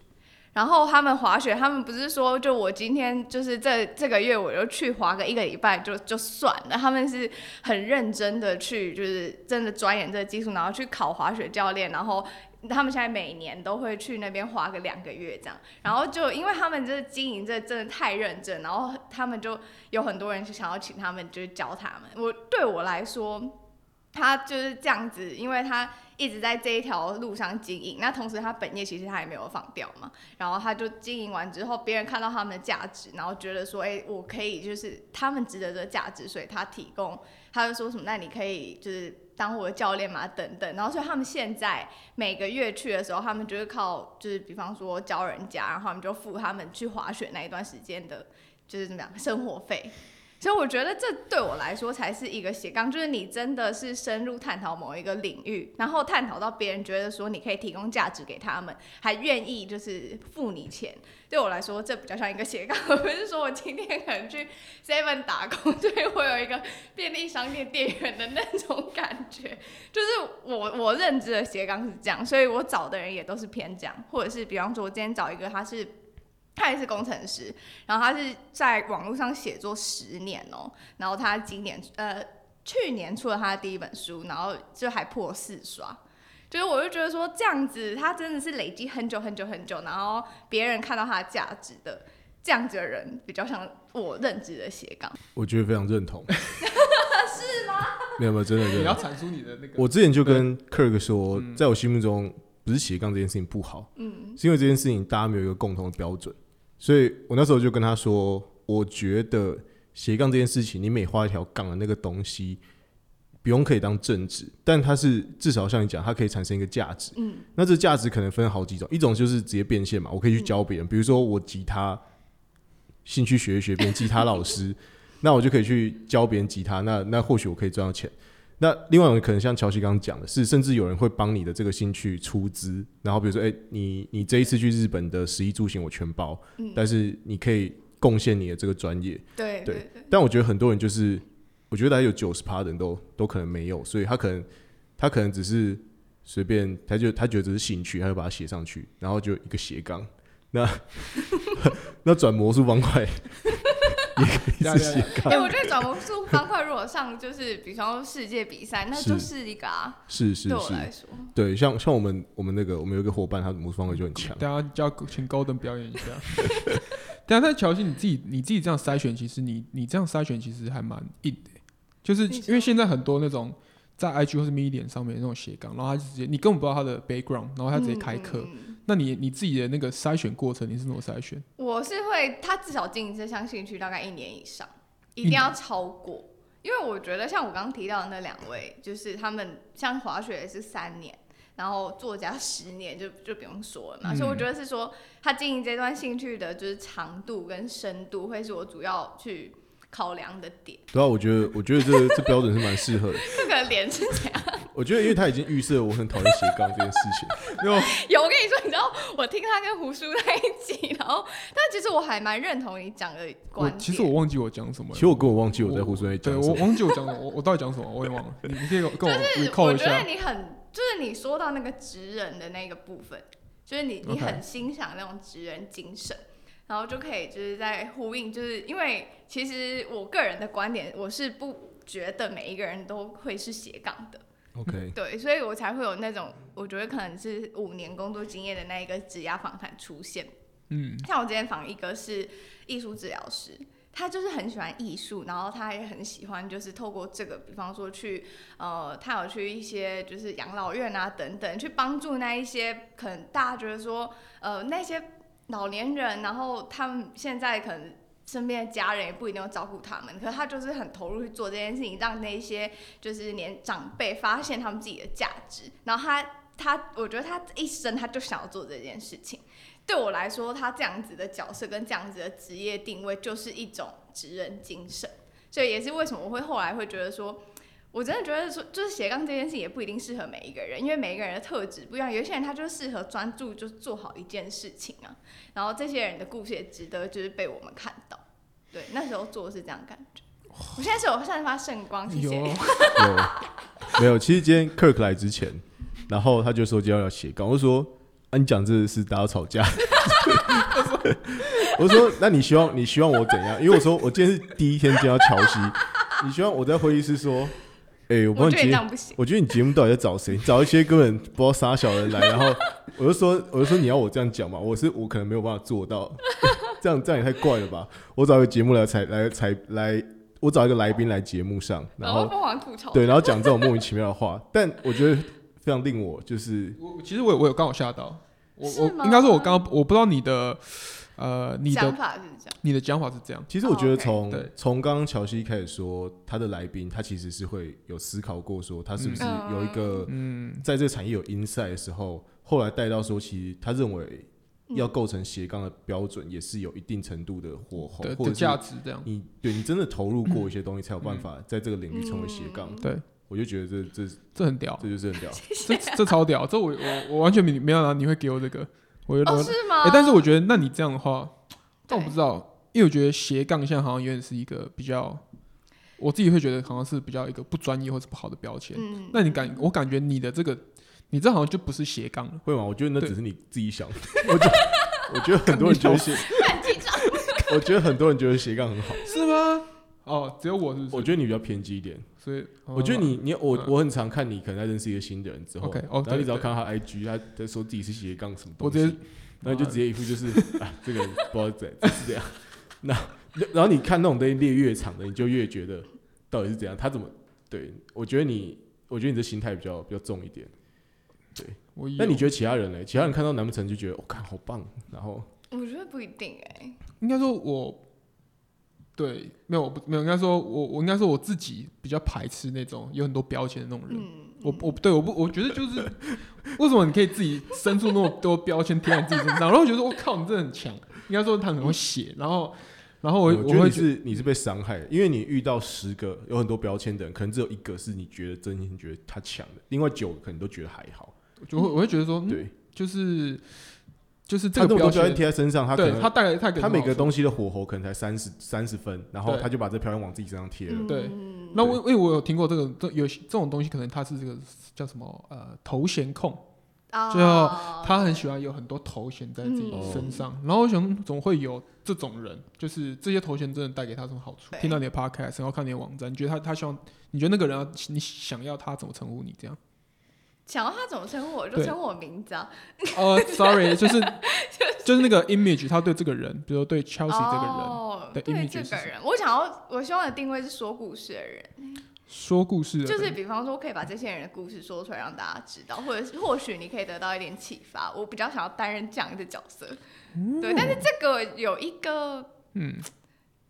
[SPEAKER 3] 然后他们滑雪，他们不是说就我今天就是这这个月我就去滑个一个礼拜就就算了，他们是很认真的去，就是真的钻研这个技术，然后去考滑雪教练，然后他们现在每年都会去那边花个两个月这样，然后就因为他们这经营这真的太认真，然后他们就有很多人就想要请他们就是教他们。我对我来说，他就是这样子，因为他一直在这一条路上经营，那同时他本业其实他也没有放掉嘛，然后他就经营完之后，别人看到他们的价值，然后觉得说，哎、我可以就是他们值得这个价值，所以他提供，他就说什么，那你可以就是当我的教练嘛，等等，然后所以他们现在每个月去的时候，他们就是靠就是比方说教人家，然后他们就付他们去滑雪那一段时间的，就是怎么样生活费。所以我觉得这对我来说才是一个斜杠，就是你真的是深入探讨某一个领域，然后探讨到别人觉得说你可以提供价值给他们，还愿意就是付你钱。对我来说，这比较像一个斜杠， 而不是说我今天可能去 Seven 打工，所以我有一个便利商店店员的那种感觉。就是我我认知的斜杠是这样，所以我找的人也都是偏这样，或者是比方说我今天找一个他是。他也是工程师，然后他是在网络上写作十年哦、然后他今年呃去年出了他的第一本书，然后就还破四刷，就是我就觉得说这样子，他真的是累积很久很久很久，然后别人看到他的价值的这样子的人，比较像我认知的斜杠。
[SPEAKER 2] 我觉得非常认同。是吗？没有没有，真的真
[SPEAKER 1] 你
[SPEAKER 2] 的
[SPEAKER 1] 要。阐述你的那个，嗯
[SPEAKER 2] 我之前就跟 Kirk 说，在我心目中不是斜杠这件事情不好，嗯，是因为这件事情大家没有一个共同的标准，所以我那时候就跟他说，我觉得斜杠这件事情，你每画一条杠的那个东西，不用可以当正值，但它是至少像你讲，它可以产生一个价值，嗯，那这价值可能分好几种，一种就是直接变现嘛，我可以去教别人，比如说我吉他兴趣学一学，变吉他老师。 那我就可以去教别人吉他，那那或许我可以赚到钱。那另外一种可能像乔西刚刚讲的是，甚至有人会帮你的这个兴趣出资，然后比如说，哎、你你这一次去日本的食衣住行我全包，但是你可以贡献你的这个专业。
[SPEAKER 3] 对
[SPEAKER 2] 对
[SPEAKER 3] 对，
[SPEAKER 2] 但我觉得很多人就是，我觉得大概有九十趴的人都都可能没有，所以他可能他可能只是随便，他就他觉得只是兴趣，他就把它写上去，然后就一个斜杠。那 那转魔术方块也可以是斜
[SPEAKER 3] 哎、
[SPEAKER 2] 杠，
[SPEAKER 3] 我觉得转魔术方块如果上就是，比方说世界比赛，那
[SPEAKER 2] 是
[SPEAKER 3] 就是一个啊，
[SPEAKER 2] 是是
[SPEAKER 3] 对我
[SPEAKER 2] 是，
[SPEAKER 3] 来说，
[SPEAKER 2] 对，像像我们我们那个我们有一个伙伴，他的魔术方块就很强。
[SPEAKER 1] 等一下就要请高登表演一下。 等一下，但乔西你自己你自己这样筛选，其实你你这样筛选其实还蛮硬的欸、就是
[SPEAKER 3] 你说
[SPEAKER 1] 因为现在很多那种在 IG 或是 Medium 上面那种斜杠，然后他就直接你根本不知道他的 background，然后他直接开课。
[SPEAKER 3] 嗯嗯嗯
[SPEAKER 1] 那你你自己的那个筛选过程，你是怎么筛选？
[SPEAKER 3] 我是会，他至少经营这项兴趣大概一年以上，一定要超过，因为我觉得像我刚刚提到的那两位，就是他们像滑雪也是三年，然后作家十年就就不用说了嘛，
[SPEAKER 1] 嗯
[SPEAKER 3] 所以我觉得是说他经营这段兴趣的就是长度跟深度会是我主要去考量的点。
[SPEAKER 2] 对啊，我觉得我觉得这这标准是蛮适合的。
[SPEAKER 3] 这个脸是 怎样？
[SPEAKER 2] 我觉得因为他已经预设我很讨厌斜杠这件事情，
[SPEAKER 1] 因为
[SPEAKER 3] 有，我跟你说，你知道我听他跟胡叔在一起，然后但其实我还蛮认同你讲的
[SPEAKER 1] 我
[SPEAKER 3] 观点。
[SPEAKER 1] 其实我忘记我讲什么了。
[SPEAKER 2] 其实我根本忘记我在胡说在
[SPEAKER 1] 对
[SPEAKER 2] 讲什
[SPEAKER 1] 我
[SPEAKER 2] 么。
[SPEAKER 1] 忘记我讲什么，我我到底讲什么我也忘 了。你你可以跟我
[SPEAKER 3] 就是
[SPEAKER 1] recall
[SPEAKER 3] 我
[SPEAKER 1] 一
[SPEAKER 3] 觉得
[SPEAKER 1] 下。
[SPEAKER 3] 你很，就是你说到那个职人的那个部分，就是你你
[SPEAKER 1] OK
[SPEAKER 3] 很欣赏那种职人精神，然后就可以就是在呼应，就是因为其实我个人的观点，我是不觉得每一个人都会是斜杠的，
[SPEAKER 2] OK，
[SPEAKER 3] 对，所以我才会有那种我觉得可能是五年工作经验的那一个职涯访谈出现。
[SPEAKER 1] 嗯，
[SPEAKER 3] 像我今天访一个是艺术治疗师，他就是很喜欢艺术，然后他也很喜欢就是透过这个，比方说去呃，他有去一些就是养老院啊等等，去帮助那一些可能大家觉得说呃那些老年人，然后他们现在可能。身边的家人也不一定要照顾他们，可是他就是很投入去做这件事情，让那一些就是年长辈发现他们自己的价值。然后他他，我觉得他一生他就想要做这件事情。对我来说，他这样子的角色跟这样子的职业定位，就是一种职人精神。所以也是为什么我会后来会觉得说，我真的觉得说，就是斜杠这件事也不一定适合每一个人，因为每一个人的特质不一样。有一些人他就适合专注，就做好一件事情啊。然后这些人的故事也值得就是被我们看到。对，那时候做是这样感觉。我现在是有散发圣 光，谢
[SPEAKER 1] 有啊
[SPEAKER 3] 谢你。
[SPEAKER 2] 有没有？其实今天 Kirk 来之前，然后他就说今天要聊斜杠，我就说啊，你讲这个事大家要吵架。 我说那你希望你希望我怎样？因为我说我今天是第一天见到乔西，你希望我在会议室说，哎、我帮
[SPEAKER 3] 我
[SPEAKER 2] 你
[SPEAKER 3] 觉得你这
[SPEAKER 2] 接
[SPEAKER 3] 样不行。
[SPEAKER 2] 我觉得你节目到底在找谁？ 找一些根本不知道傻小的人来，然后我就说， 我就说你要我这样讲嘛，我是我可能没有办法做到， 这样这样也太怪了吧？我找一个节目来才来才来，我找一个来宾来节目上，然后
[SPEAKER 3] 疯狂吐槽，
[SPEAKER 2] 对，然后讲这种莫名其妙的话，但我觉得非常令我就是
[SPEAKER 1] 我其实我有我有刚好吓到，我
[SPEAKER 3] 是
[SPEAKER 1] 我
[SPEAKER 3] 吗
[SPEAKER 1] 应该说，我刚刚我不知道你的呃你
[SPEAKER 3] 想
[SPEAKER 1] 的
[SPEAKER 3] 法是这样，
[SPEAKER 1] 你的讲法是这样，
[SPEAKER 2] 其实我觉得
[SPEAKER 3] 哦，OK
[SPEAKER 2] 从
[SPEAKER 1] 对
[SPEAKER 2] 从刚刚乔西开始说，他的来宾他其实是会有思考过，说他是不是
[SPEAKER 3] 嗯
[SPEAKER 2] 有一个
[SPEAKER 1] 嗯，
[SPEAKER 2] 在这个产业有 insight 的时候，后来带到说，其实他认为要构成斜杠的标准，也是有一定程度的火候，
[SPEAKER 1] 的
[SPEAKER 2] 或
[SPEAKER 1] 的
[SPEAKER 2] 者
[SPEAKER 1] 价
[SPEAKER 2] 是
[SPEAKER 1] 值这样，
[SPEAKER 2] 你对你真的投入 过一些东西，才有办法在这个领域成为斜杠。
[SPEAKER 3] 嗯
[SPEAKER 1] 对，
[SPEAKER 2] 我就觉得这这
[SPEAKER 1] 这很屌，
[SPEAKER 2] 这就 是很屌，
[SPEAKER 1] 这这超屌，这我我我完全没没有拿你会给我这个，我觉得我
[SPEAKER 3] 哦，是吗
[SPEAKER 1] 哎、？但是我觉得，那你这样的话，但我
[SPEAKER 3] 对
[SPEAKER 1] 不知道，因为我觉得斜杠现在好像有点是一个比较，我自己会觉得好像是比较一个不专业或是不好的标签。
[SPEAKER 3] 嗯
[SPEAKER 1] 那你感，我感觉你的这个，你这好像就不是斜杠了。
[SPEAKER 2] 会吗？我觉得那
[SPEAKER 1] 对
[SPEAKER 2] 只是你自己想， 我觉得我觉得很多人觉得斜，
[SPEAKER 3] 看记账，
[SPEAKER 2] 我觉得很多人觉得斜杠很好，
[SPEAKER 1] 是吗？哦，只有我是不是？
[SPEAKER 2] 我觉得你比较偏激一点。
[SPEAKER 1] 所以
[SPEAKER 2] 我觉得你你我、
[SPEAKER 1] 嗯
[SPEAKER 2] 我很常看你，可能在认识一个新的人之后
[SPEAKER 1] OK，哦
[SPEAKER 2] 然后
[SPEAKER 1] 对
[SPEAKER 2] 你只要
[SPEAKER 1] 对
[SPEAKER 2] 看到他 IG，他在说自己是斜杠什么
[SPEAKER 1] 我
[SPEAKER 2] 东西，
[SPEAKER 1] 直接
[SPEAKER 2] 然后你就直接一副就是 啊，这个人不知道怎是这样。那然后你看那种东西列越长的，你就越觉得到底是怎样，他怎么对我觉得你，我觉得你的心态比较比较重一点。
[SPEAKER 1] 我有
[SPEAKER 2] 那你觉得其他人呢？其他人看到难不成就觉得我看、好棒，然后
[SPEAKER 3] 我觉得不一定哎，
[SPEAKER 1] 应该说我。对，没有，我不没有，应该说我我应该说我自己比较排斥那种有很多标签的那种人。
[SPEAKER 3] 嗯，
[SPEAKER 1] 我我对我不我觉得就是 为什么你可以自己生出那么多标签贴在你自己身上，然后我觉得我靠你真的很强，应该说他很会写，然后然后我
[SPEAKER 2] 我觉得
[SPEAKER 1] 会
[SPEAKER 2] 你是你是被伤害的，因为你遇到十个有很多标签的人，可能只有一个是你觉得真心觉得他强的，另外九个可能都觉得还好。
[SPEAKER 1] 就会我会觉得说，嗯
[SPEAKER 2] 对，
[SPEAKER 1] 就是就是这
[SPEAKER 2] 他
[SPEAKER 1] 个
[SPEAKER 2] 这么
[SPEAKER 1] 标
[SPEAKER 2] 多标签
[SPEAKER 1] 签，
[SPEAKER 2] 贴在身上，他可
[SPEAKER 1] 对
[SPEAKER 2] 能
[SPEAKER 1] 他带来他
[SPEAKER 2] 他每
[SPEAKER 1] 都
[SPEAKER 2] 个东西的火候可能才三十三十分，然后
[SPEAKER 1] 对
[SPEAKER 2] 他就把这标签往自己身上贴了。
[SPEAKER 1] 对
[SPEAKER 3] 嗯
[SPEAKER 1] 那我因为我有听过这个这有这种东西，可能他是这个叫什么呃头衔控，就
[SPEAKER 3] 哦嗯
[SPEAKER 1] 他很喜欢有很多头衔在自己身上，然后我想总会有这种人，就是这些头衔真的带给他什么好处？
[SPEAKER 3] 对
[SPEAKER 1] 听到你的 podcast，然后看你的网站，你觉得他他希望，你觉得那个人啊，你想要他怎么称呼你这样？
[SPEAKER 3] 想要他怎么称呼我，就
[SPEAKER 1] 对
[SPEAKER 3] 称呼我名字啊。
[SPEAKER 1] 呃、s o r r y 就是就是那个 image，他对这个人，比如说对 Chelsea 这个人、
[SPEAKER 3] 哦
[SPEAKER 1] 的
[SPEAKER 3] 对
[SPEAKER 1] image
[SPEAKER 3] 这
[SPEAKER 1] 是
[SPEAKER 3] 个
[SPEAKER 1] 什
[SPEAKER 3] 人，我想要我希望的定位是说故事的人，
[SPEAKER 1] 说故事的
[SPEAKER 3] 就是
[SPEAKER 1] 人，
[SPEAKER 3] 比方说可以把这些人的故事说出来让大家知道，或者是或许你可以得到一点启发。我比较想要担任这样一个角色，
[SPEAKER 2] 嗯
[SPEAKER 3] 对，但是这个有一个
[SPEAKER 1] 嗯，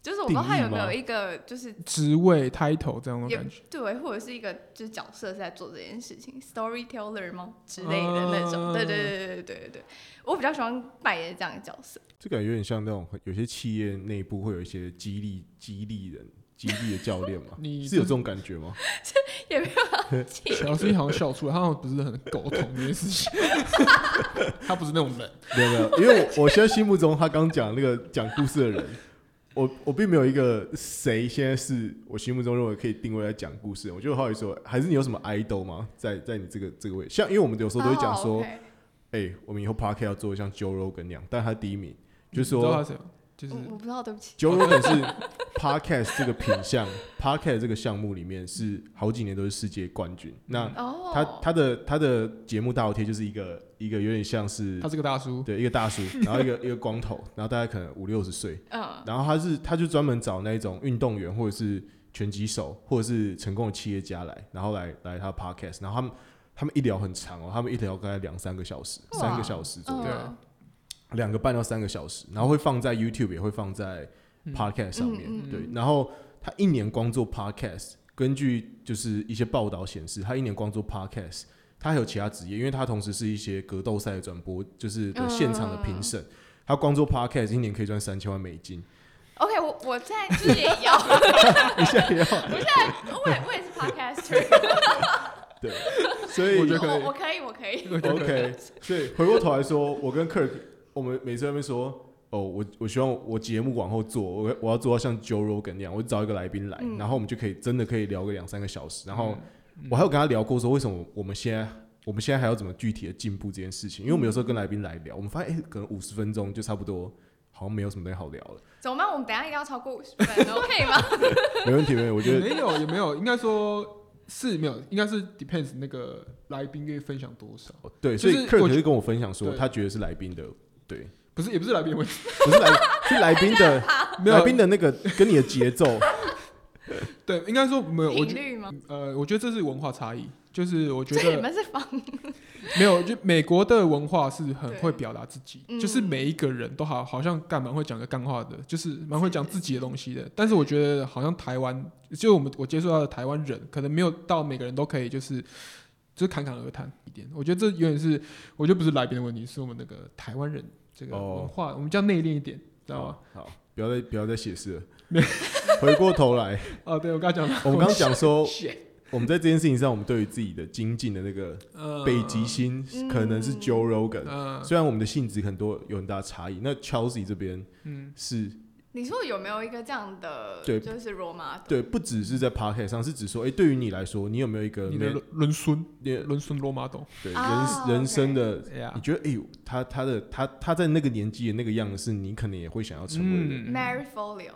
[SPEAKER 3] 就是我不知道他有没
[SPEAKER 2] 定义吗
[SPEAKER 3] 有一个就是
[SPEAKER 1] 职位 title 这样的
[SPEAKER 3] 也
[SPEAKER 1] 感觉。，
[SPEAKER 3] 对，或者是一个就是角色是在做这件事情，storyteller 吗之类的那
[SPEAKER 2] 嗯
[SPEAKER 3] 种？对对对对对对对，我比较喜欢扮演这样的角色。
[SPEAKER 2] 这感觉有点像那种有些企业内部会有一些激励激励人、激励的教练嘛
[SPEAKER 1] 你
[SPEAKER 2] 是有这种感觉吗？
[SPEAKER 1] Chelsea 好像笑出来，他好像不是很苟同这件事 情，他不是那种人。
[SPEAKER 2] 没有没有，因为我我现在心目中他刚讲那个讲故事的人，我我并没有一个谁现在是我心目中认为可以定位来讲故事的。我就好奇说，还是你有什么 idol 吗？在在你这个这个位，像因为我们有时候都会讲说，
[SPEAKER 3] 哦
[SPEAKER 2] 哎、
[SPEAKER 3] ，OK
[SPEAKER 2] 我们以后 park 要做得像 Joe Rogan 那样，但他第一名，就
[SPEAKER 1] 你
[SPEAKER 2] 是
[SPEAKER 1] 知道
[SPEAKER 2] 说
[SPEAKER 1] 他谁吗？就是
[SPEAKER 3] 我我不知道，对不起。
[SPEAKER 2] Joe Rogan 是 podcast 这个品项 podcast 这个项目里面是好几年都是世界冠军。那
[SPEAKER 3] 哦，
[SPEAKER 2] 他他的他的节目大头贴就是一个一个有点像
[SPEAKER 3] 嗯
[SPEAKER 2] 是
[SPEAKER 1] 他是个大叔，
[SPEAKER 2] 对一个大 叔，然后一个一个光头，然后大概可能五六十岁，
[SPEAKER 3] 嗯
[SPEAKER 2] 然后他是他就专门找那种运动员或者是拳击手或者是成功的企业家来，然后来来他的 podcast，然后他们他们一聊很长哦，他们一聊大概两三个小时，
[SPEAKER 3] 哇
[SPEAKER 2] 三个小时左右。
[SPEAKER 3] 嗯
[SPEAKER 2] 两个半到三个小时，然后会放在 YouTube，也会放在 Podcast 上面。
[SPEAKER 3] 嗯嗯嗯
[SPEAKER 2] 对，然后他一年光做 Podcast，根据就是一些报道显示，他一年光做 Podcast，他还有其他职业，因为他同时是一些格斗赛的转播，就是
[SPEAKER 3] 嗯
[SPEAKER 2] 的现场的评审。他光做 podcast 一年可以赚三千万美金，
[SPEAKER 3] OK，我我现在就是也要，
[SPEAKER 2] 你现在 也要
[SPEAKER 3] 我现在我也我也是 podcaster，
[SPEAKER 2] 对，所以
[SPEAKER 1] 我觉得可以
[SPEAKER 3] 我我可以我可以，
[SPEAKER 1] 我觉得
[SPEAKER 2] OK，所以回过头来说，我跟 Kirk，我们每次在那边说，哦，我我希望我节目往后做，我我要做到像 Joe Rogan 那样，我找一个来宾来，
[SPEAKER 3] 嗯
[SPEAKER 2] 然后我们就可以真的可以聊个两三个小时。然后我还有跟他聊过说，为什么我们现在我们现在还要怎么具体的进步这件事情？因为我们有时候跟来宾来聊，我们发现哎、可能五十分钟就差不多，好像没有什么东西好聊了。
[SPEAKER 3] 怎么办？我们等一下一定要超过五十分，OK 吗？
[SPEAKER 1] 嗯
[SPEAKER 2] 没问题，没问题，我觉
[SPEAKER 1] 也
[SPEAKER 2] 得
[SPEAKER 1] 没有也没有，应该说是没有，应该是 depends 那个来宾愿意分享多少，
[SPEAKER 2] 哦对，
[SPEAKER 1] 就
[SPEAKER 2] 所
[SPEAKER 1] 是
[SPEAKER 2] 以客
[SPEAKER 1] 我
[SPEAKER 2] 人
[SPEAKER 1] 觉
[SPEAKER 2] 就跟我分享说，
[SPEAKER 1] 对
[SPEAKER 2] 他觉得是来宾的，对，
[SPEAKER 1] 不是也不是来宾的问题，
[SPEAKER 2] 不是来 是来宾的，
[SPEAKER 1] 没有
[SPEAKER 2] 来宾的那个跟你的节奏，
[SPEAKER 1] 对，应该说没有，我
[SPEAKER 3] 频
[SPEAKER 1] 觉
[SPEAKER 3] 率吗？
[SPEAKER 1] 呃，我觉得这是文化差异，就是我觉
[SPEAKER 3] 所以你
[SPEAKER 1] 得
[SPEAKER 3] 们是仿
[SPEAKER 1] 没有，就美国的文化是很
[SPEAKER 3] 对
[SPEAKER 1] 会表达自己，
[SPEAKER 3] 嗯
[SPEAKER 1] 就是每一个人都好好像干蛮会讲个干话的，就是蛮会讲
[SPEAKER 3] 是
[SPEAKER 1] 自己的东西的。但是我觉得好像台湾，就我们我接触到的台湾人，可能没有到每个人都可以就是就是侃侃而谈一点。我觉得这有点是，我觉得不是来宾的问题，是我们那个台湾人这个
[SPEAKER 2] 哦
[SPEAKER 1] 文化，我们叫内敛一点，知道吗？
[SPEAKER 2] 好，啊好，不要再不要再解释了， 回过头 来，
[SPEAKER 1] 哦，对我刚才讲了，
[SPEAKER 2] 我们刚刚讲说，
[SPEAKER 1] Shit
[SPEAKER 2] 我们在这件事情上，我们对于自己的精进的那个
[SPEAKER 1] 呃
[SPEAKER 2] 北极星，可能是 Joe Rogan，
[SPEAKER 1] 嗯、
[SPEAKER 2] 虽然我们的性质很多有很大的差异，那 Chelsea 这边
[SPEAKER 1] 嗯，
[SPEAKER 2] 是
[SPEAKER 3] 你说有没有一个这样的，
[SPEAKER 2] 对
[SPEAKER 3] 就是罗马
[SPEAKER 2] 对，不只是在 Podcast 上，是指说，哎、对于你来说，你有没有一个
[SPEAKER 1] 你的
[SPEAKER 2] 没
[SPEAKER 1] 伦伦孙
[SPEAKER 2] 你的
[SPEAKER 1] 伦孙罗马懂，
[SPEAKER 2] 对人、
[SPEAKER 3] 啊
[SPEAKER 2] 人
[SPEAKER 3] OK
[SPEAKER 2] 生的？
[SPEAKER 1] 哎呀
[SPEAKER 2] 你，觉得，哎、呦，他他的他他在那个年纪的那个样子，是你可能也会想要成为的。
[SPEAKER 3] Mary Folio？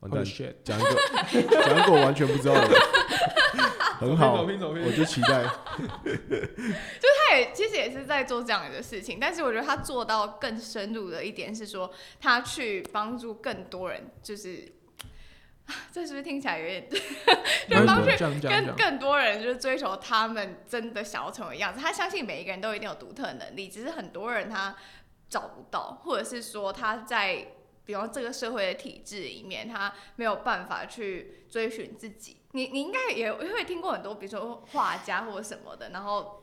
[SPEAKER 2] 完蛋
[SPEAKER 1] Holy，shit，，Oh
[SPEAKER 2] 讲一个讲一个我完全不知道 的，很好
[SPEAKER 1] 走，偏走偏走偏
[SPEAKER 2] 我就期待。
[SPEAKER 3] 他也其实也是在做这样的事情，但是我觉得他做到更深入的一点是说，他去帮助更多人，就是。啊这是不是听起来有点？就帮去
[SPEAKER 1] 这样这样这
[SPEAKER 3] 跟
[SPEAKER 1] 样，
[SPEAKER 3] 更多人就是追求他们真的想要成为的样子。他相信每一个人都一定有独特的能力，只是很多人他找不到，或者是说他在比方这个社会的体制里面，他没有办法去追寻自己。你你应该也会听过很多，比如说画家或者什么的，然后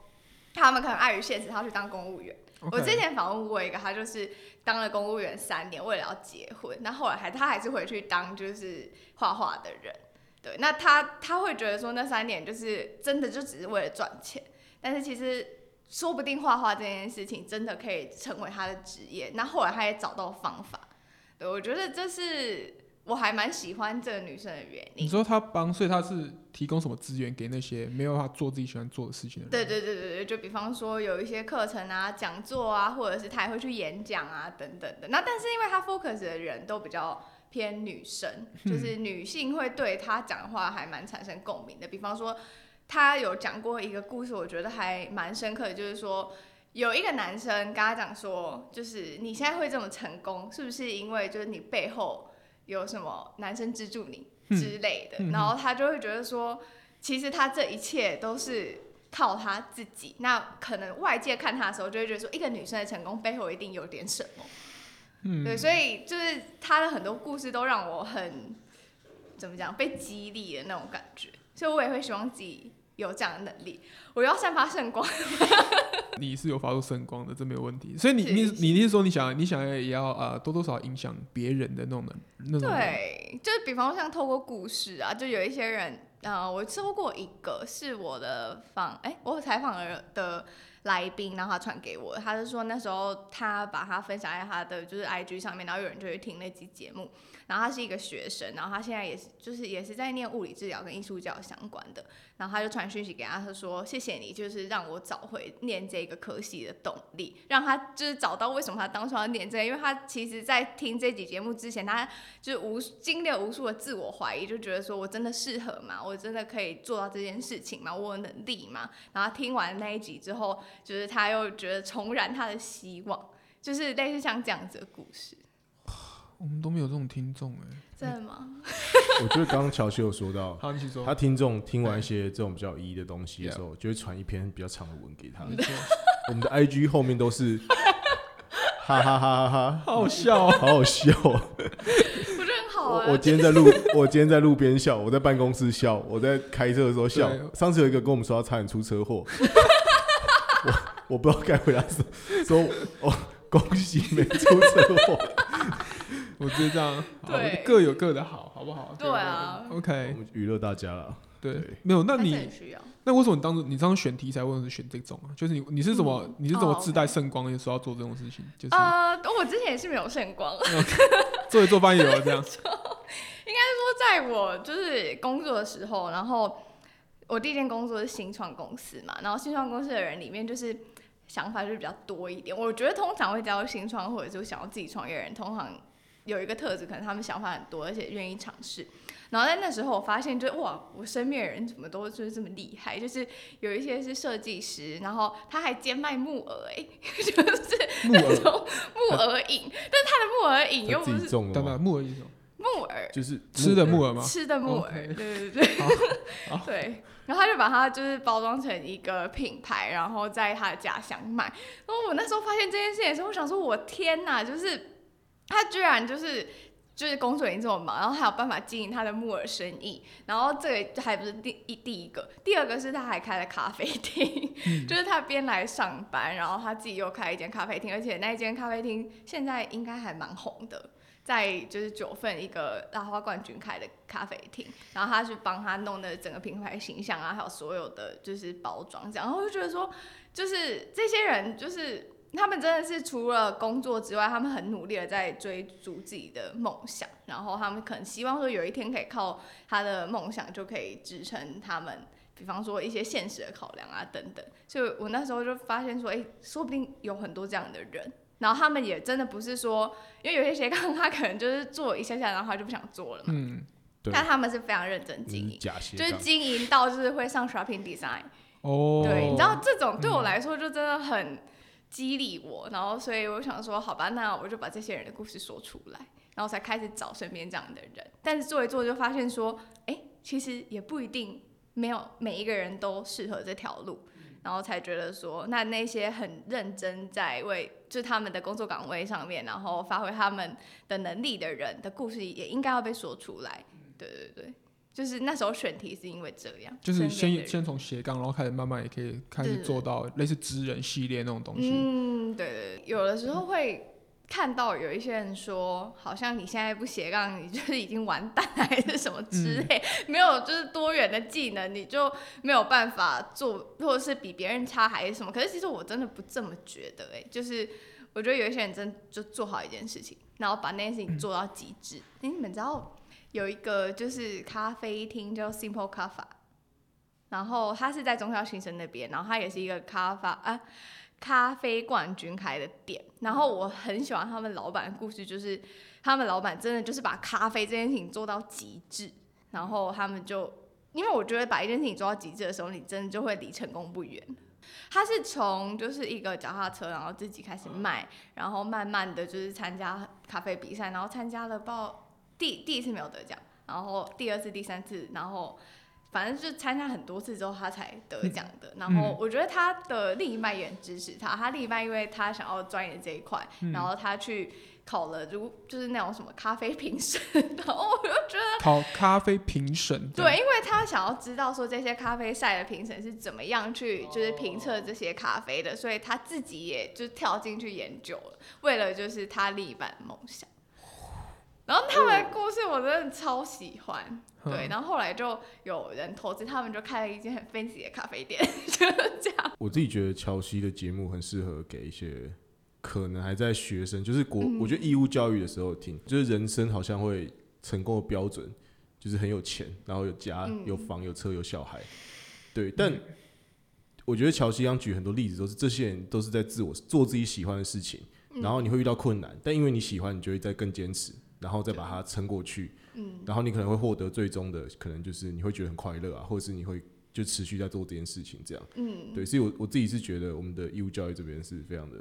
[SPEAKER 3] 他们可能碍于现实，他去当公务员。我
[SPEAKER 1] OK
[SPEAKER 3] 之前访问过一个，他就是当了公务员三年，为了要结婚，那后来还他还是回去当就是画画的人。对，那他他会觉得说那三年就是真的就只是为了赚钱，但是其实说不定画画这件事情真的可以成为他的职业。那后来他也找到方法，对我觉得这是我还蛮喜欢这个女生的原
[SPEAKER 1] 你
[SPEAKER 3] 因。
[SPEAKER 1] 说他帮，所以他是提供什么资源给那些没有办法做自己喜欢做的事情的人？
[SPEAKER 3] 对对对对对，就比方说有一些课程啊、讲座啊，或者是他也会去演讲啊等等的。那但是因为他 focus 的人都比较偏女生，就是女性会对他讲的话还蛮产生共鸣的。比方说，他有讲过一个故事，我觉得还蛮深刻的，就是说。有一个男生跟他讲说，就是你现在会这么成功，是不是因为就是你背后有什么男生资助你之类的？
[SPEAKER 1] 嗯嗯
[SPEAKER 3] 然后他就会觉得说，其实他这一切都是靠他自己。那可能外界看他的时候，就会觉得说，一个女生的成功背后一定有点什么。
[SPEAKER 1] 嗯，
[SPEAKER 3] 对，所以就是他的很多故事都让我很怎么讲被激励的那种感觉，所以我也会希望自己有这样的能力，我要散发圣光。
[SPEAKER 1] 你是有发出圣光的，这没有问题。所以你
[SPEAKER 3] 是
[SPEAKER 1] 你
[SPEAKER 3] 是
[SPEAKER 1] 你你是说你想你想要也要呃多多少少影响别人的那种人那种人
[SPEAKER 3] 对，就是比方说像透过故事啊，就有一些人，呃，我收过一个是我的访，哎、我采访了的来宾，然后他传给我，他就说那时候他把他分享在他的就是 IG 上面，然后有人就去听那集节目，然后他是一个学生，然后他现在也是就是也是在念物理治疗跟艺术教育相关的，然后他就传讯息给他，他说谢谢你，就是让我找回念这个科系的动力，让他就是找到为什么他当初要念这个，因为他其实在听这集节目之前，他就是无数经历了无数的自我怀疑，就觉得说我真的适合吗？我真的可以做到这件事情吗？我有能力吗？然后听完那一集之后，就是他又觉得重燃他的希望，就是类似像这样子的故事，
[SPEAKER 1] 我们都没有这种听众哎、
[SPEAKER 3] 真的吗？
[SPEAKER 2] 我觉得刚刚乔西有说到，
[SPEAKER 1] 好，你去说。
[SPEAKER 2] 他听众听完一些这种比较有意义的东西的时候，就会传一篇比较长的文给他。
[SPEAKER 1] 没错
[SPEAKER 2] 我们的 IG 后面都是哈哈哈哈哈，
[SPEAKER 1] 好好笑哦、
[SPEAKER 2] 好好笑哦、
[SPEAKER 3] 我觉得很好啊
[SPEAKER 2] 我我，今天在路，我今天在路边笑，我在办公室笑，我在开车的时候笑
[SPEAKER 1] 对。哦
[SPEAKER 2] 上次有一个跟我们说他差点出车祸，我我不知道该回答什么，说哦恭喜没出车祸。
[SPEAKER 1] 我觉得这样，好
[SPEAKER 3] 对
[SPEAKER 1] 各有各的好，好不好？
[SPEAKER 3] 对
[SPEAKER 1] 各
[SPEAKER 3] 啊
[SPEAKER 1] 有各的
[SPEAKER 2] 我
[SPEAKER 1] ，OK，
[SPEAKER 2] 们娱乐大家了，
[SPEAKER 1] 对
[SPEAKER 2] 对，
[SPEAKER 1] 没有，那
[SPEAKER 3] 但是
[SPEAKER 1] 你
[SPEAKER 3] 很需要。
[SPEAKER 1] 那为什么你当时你当时选题材为什么选这种啊？就是你你是怎么、你是怎
[SPEAKER 3] 哦
[SPEAKER 1] 么
[SPEAKER 3] ，OK
[SPEAKER 1] 自带圣光的时候要做这种事情？就是
[SPEAKER 3] 呃，我之前也是没有圣光，
[SPEAKER 1] 做一做翻译了 这样，
[SPEAKER 3] 在我就是工作的时候，然后我第一件工作是新创公司嘛，然后新创公司的人里面就是想法就是比较多一点。我觉得通常会加入新创或者就想要自己创业的人，通常有一个特质，可能他们想法很多，而且愿意尝试。然后在那时候，我发现就是哇，我身边的人怎么都就是这么厉害，就是有一些是设计师，然后他还兼卖木耳、欸，哎，就是
[SPEAKER 1] 木
[SPEAKER 3] 那
[SPEAKER 1] 耳，
[SPEAKER 3] 种 木耳饮，但是他的木耳饮又
[SPEAKER 2] 他
[SPEAKER 3] 不
[SPEAKER 2] 自己
[SPEAKER 3] 是
[SPEAKER 2] 种的
[SPEAKER 1] 等
[SPEAKER 2] 吗
[SPEAKER 1] 等，木耳是什么？
[SPEAKER 3] 木耳，
[SPEAKER 2] 就是
[SPEAKER 1] 吃的木耳吗？哦
[SPEAKER 3] 吃的木耳
[SPEAKER 1] OK
[SPEAKER 3] 对对对
[SPEAKER 1] 好，好
[SPEAKER 3] 对。然后他就把它就是包装成一个品牌，然后在他的家乡卖。然后我那时候发现这件事情的时候，我想说，我天哪，就是他居然就是。就是工作已经这么忙，然后还有办法经营他的木耳生意，然后这个还不是第一第一个，第二个是他还开了咖啡厅，
[SPEAKER 1] 嗯
[SPEAKER 3] 就是他边来上班，然后他自己又开一间咖啡厅，而且那一间咖啡厅现在应该还蛮红的，在就是九份一个拉花冠军开的咖啡厅，然后他去帮他弄的整个品牌形象啊，还有所有的就是包装这样，然后我就觉得说，就是这些人就是他们真的是除了工作之外，他们很努力的在追逐自己的梦想，然后他们可能希望说有一天可以靠他的梦想就可以支撑他们。比方说一些现实的考量啊，等等，所以我那时候就发现说，哎、说不定有很多这样的人，然后他们也真的不是说因为有些斜杠他可能就是做一下下，然后他就不想做了嘛。
[SPEAKER 1] 嗯，
[SPEAKER 2] 对
[SPEAKER 3] 但他们是非常认真
[SPEAKER 2] 你
[SPEAKER 3] 经
[SPEAKER 2] 是
[SPEAKER 3] 营，
[SPEAKER 2] 嗯假斜
[SPEAKER 3] 就是
[SPEAKER 2] 杠，
[SPEAKER 3] 经营到就是会上 shopping design、
[SPEAKER 1] 哦，
[SPEAKER 3] 对，你知道这种对我来说就真的很激励我，然后所以我想说，好吧，那我就把这些人的故事说出来，然后才开始找身边这样的人。但是做一做就发现说，哎、其实也不一定没有每一个人都适合这条路。然后才觉得说，那那些很认真在为就他们的工作岗位上面，然后发挥他们的能力的人的故事，也应该要被说出来。对对对，就是那时候选题是因为这样，
[SPEAKER 1] 就是
[SPEAKER 3] 身边
[SPEAKER 1] 先
[SPEAKER 3] 的人
[SPEAKER 1] 先从斜杠，然后开始慢慢也可以开
[SPEAKER 3] 对
[SPEAKER 1] 始
[SPEAKER 3] 对对
[SPEAKER 1] 做到类似知人系列那种东西。
[SPEAKER 3] 嗯，对对对，有的时候会看到有一些人说，好像你现在不斜杠，你就是已经完蛋了还是什么
[SPEAKER 1] 嗯
[SPEAKER 3] 之类，没有就是多元的技能，你就没有办法做，或者是比别人差还是什么。可是其实我真的不这么觉得、哎，就是我觉得有一些人真就做好一件事情，然后把那件事情
[SPEAKER 1] 嗯
[SPEAKER 3] 做到极致。哎、你们知道有一个就是咖啡厅叫 Simple Cafe。然后它是在中校新生那边，然后它也是一个咖啡啊，咖啡冠军开的店，然后我很喜欢他们老板的故事，就是他们老板真的就是把咖啡这件事情做到极致，然后他们就，因为我觉得把一件事情做到极致的时候，你真的就会离成功不远。他是从就是一个脚踏车，然后自己开始卖，然后慢慢的就是参加咖啡比赛，然后参加了报第第一次没有得奖，然后第二次、第三次，然后反正就参加很多次之后，他才得奖的。然后我觉得他的另一半也很支持他，他另一半因为他想要钻研这一块，然后他去考了如就是那种什么咖啡评审， 然后我就觉得。
[SPEAKER 1] 考咖啡评审，这样
[SPEAKER 3] 对，，因为他想要知道说这些咖啡赛的评审是怎么样去就是评测这些咖啡的，所以他自己也就跳进去研究了，为了就是他另一半的梦想。然后他们的故事我真的超喜欢，
[SPEAKER 1] 嗯
[SPEAKER 3] 对，然后后来就有人投资他们，就开了一间很 fancy 的咖啡店，就是这样。
[SPEAKER 2] 我自己觉得乔西的节目很适合给一些可能还在学生，就是国，
[SPEAKER 3] 嗯
[SPEAKER 2] 我觉得义务教育的时候听，就是人生好像会成功的标准就是很有钱，然后有家、
[SPEAKER 3] 嗯
[SPEAKER 2] 有房、有车、有小孩，对，但。我觉得乔西刚举很多例子，都是这些人都是在自我做自己喜欢的事情，
[SPEAKER 3] 嗯
[SPEAKER 2] 然后你会遇到困难，但因为你喜欢，你就会再更坚持，然后再把它撑过去，
[SPEAKER 3] 嗯，
[SPEAKER 2] 然后你可能会获得最终的，可能就是你会觉得很快乐啊，或者是你会就持续在做这件事情这样。
[SPEAKER 3] 嗯，
[SPEAKER 2] 对，所以我我自己是觉得我们的义务教育这边是非常的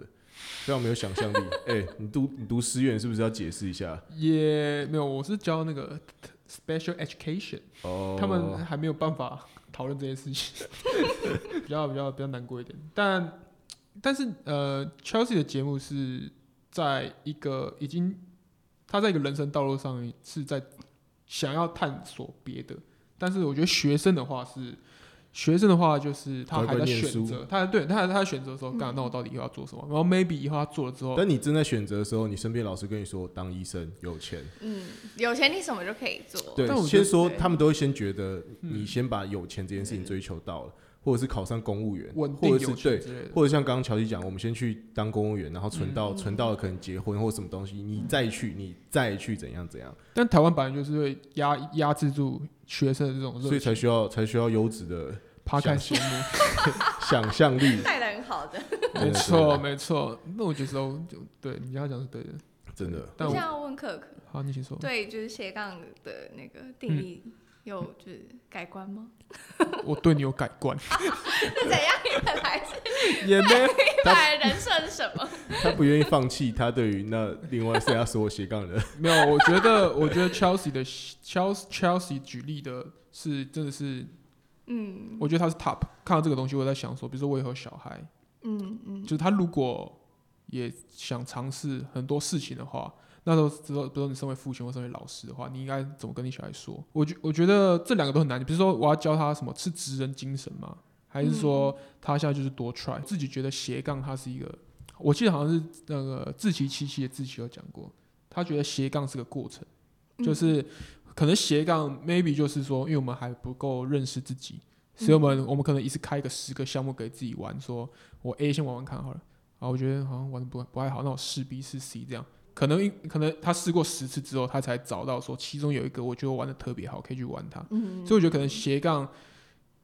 [SPEAKER 2] 非常没有想象力。哎、你读你读师院是不是要解释一下？
[SPEAKER 1] 也没有，我是教那个 special education，、
[SPEAKER 2] 哦，
[SPEAKER 1] 他们还没有办法讨论这些事情， 比较比较比较难过一点。但但是呃，Chelsea 的节目是在一个已经他在一个人生道路上是在想要探索别的，但是我觉得学生的话是。学生的话就是他
[SPEAKER 2] 乖
[SPEAKER 1] 还
[SPEAKER 2] 乖
[SPEAKER 1] 在
[SPEAKER 2] 念
[SPEAKER 1] 选
[SPEAKER 2] 书
[SPEAKER 1] 择，他对他他在选择的时候，干、那我到底以后要做什么？然后 maybe 以后他做了之后，
[SPEAKER 2] 但你正在选择的时候，你身边老师跟你说当医生有钱，
[SPEAKER 3] 嗯，有钱你什么就可以做，
[SPEAKER 2] 对
[SPEAKER 1] 哦但我，觉
[SPEAKER 2] 先
[SPEAKER 1] 得哎
[SPEAKER 2] 说
[SPEAKER 3] 对
[SPEAKER 2] 他们都会先觉得
[SPEAKER 1] 嗯
[SPEAKER 2] 你先把有钱这件事情追求到了，或者是考上公务员，
[SPEAKER 1] 稳定
[SPEAKER 2] 或者
[SPEAKER 1] 有
[SPEAKER 2] 是
[SPEAKER 1] 钱
[SPEAKER 2] 对。
[SPEAKER 1] 之类的。
[SPEAKER 2] 或者像刚刚乔西讲，我们先去当公务员，然后存
[SPEAKER 1] 嗯
[SPEAKER 2] 到、存到了可能结婚或什么东西，你再去，你再去怎样怎样，
[SPEAKER 1] 但台湾本来就是会压压制住学生的这种
[SPEAKER 2] 所以
[SPEAKER 1] 热情，
[SPEAKER 2] 才需要才需要优质的
[SPEAKER 1] 趴开节目。
[SPEAKER 2] 想 象力。
[SPEAKER 3] 带的很好的。
[SPEAKER 1] 没错，没错。那我觉得时候就对你要讲是对的。
[SPEAKER 2] 真的。
[SPEAKER 1] 但
[SPEAKER 3] 我
[SPEAKER 1] 我嗯
[SPEAKER 3] 想要问可可，
[SPEAKER 1] 好，你先说。
[SPEAKER 3] 对就是斜杠的那个定义有就是改观吗？
[SPEAKER 1] 我对你有改观，
[SPEAKER 3] 是怎样？你本来是
[SPEAKER 2] 也没有，
[SPEAKER 3] 你本来人设是什么？
[SPEAKER 2] 他不愿意放弃他对于那另外剩下所有斜杠人，
[SPEAKER 1] 没有，我觉得，我觉得 Chelsea 的 Chelsea Chelsea 举例的是真的是，
[SPEAKER 3] 嗯
[SPEAKER 1] 我觉得他是 top。看到这个东西，我在想说，比如说我以后有小孩，
[SPEAKER 3] 嗯嗯
[SPEAKER 1] 就是他如果也想尝试很多事情的话，那时候之后，比如说你身为父亲或身为老师的话，你应该怎么跟你小孩说？我觉我觉得这两个都很难。比如说我要教他什么是职人精神吗？还是说他现在就是多 try？、自己觉得斜杠它是一个，我记得好像是那个自欺七七的自欺有讲过，他觉得斜杠是个过程，
[SPEAKER 3] 嗯
[SPEAKER 1] 就是可能斜杠 maybe 就是说，因为我们还不够认识自己。所以我们我们可能一次开个十个项目给自己玩，说我 A 先玩玩看好了，啊，我觉得好像玩的不不太好，那我试 B 试 C 这样，可能一可能他试过十次之后，他才找到说其中有一个我觉得我玩的特别好，可以去玩它。
[SPEAKER 3] 嗯
[SPEAKER 1] 所以我觉得可能斜杠，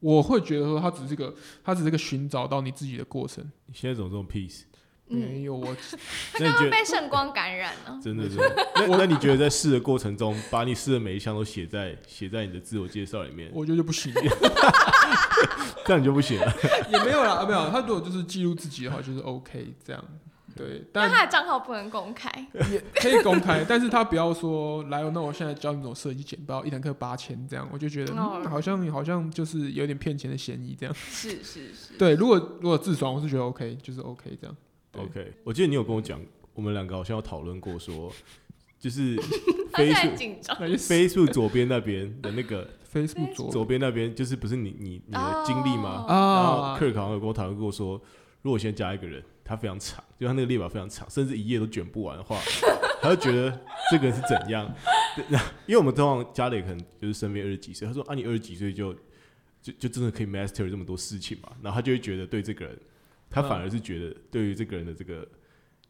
[SPEAKER 1] 我会觉得说它只是个它只是个寻找到你自己的过程，
[SPEAKER 2] 你现在怎么这么 peace？
[SPEAKER 1] 没有我
[SPEAKER 3] 他
[SPEAKER 2] 那你
[SPEAKER 3] 刚
[SPEAKER 2] 觉
[SPEAKER 3] 刚
[SPEAKER 2] 得
[SPEAKER 3] 被圣光感染 了。
[SPEAKER 2] 真的真的？那那你觉得在试的过程中，把你试的每一项都写在写在你的自我介绍里面，
[SPEAKER 1] 我觉得就不行，
[SPEAKER 2] 这样你就不行了。
[SPEAKER 1] 也没有啦，啊没有，他如果就是记录自己的话，就是 OK 这样，对，但
[SPEAKER 3] 但他的账号不能 公开，
[SPEAKER 1] 也可以公开，但是他不要说来，那我现在教你怎么设计简报，一堂课八千这样，我就觉得、
[SPEAKER 3] 哦
[SPEAKER 1] 嗯、好像好像就是有点骗钱的嫌疑这样。
[SPEAKER 3] 是是是，
[SPEAKER 1] 对，如果如果自爽，我是觉得 OK，就是 OK 这样。对
[SPEAKER 2] OK，我记得你有跟我讲，我们两个好像有讨论过说，就是
[SPEAKER 3] 他
[SPEAKER 2] 飞
[SPEAKER 3] 现在
[SPEAKER 2] 速
[SPEAKER 3] 紧 张。
[SPEAKER 1] 那就
[SPEAKER 2] 飞速左边那边的那个
[SPEAKER 1] Facebook 左
[SPEAKER 2] 左边那边，就是不是你你你的经历吗？然后
[SPEAKER 1] 啊，
[SPEAKER 2] 克尔好像有跟我讨论过说，如果先加一个人，他非常长，就他那个列表非常长，甚至一页都卷不完的话，他就觉得这个人是怎样？对那因为我们通常家里可能就是身边二十几岁，他说啊，你二十几岁就就就真的可以 master 这么多事情嘛？然后他就会觉得对这个人，他反
[SPEAKER 1] 嗯
[SPEAKER 2] 而是觉得对于这个人的这个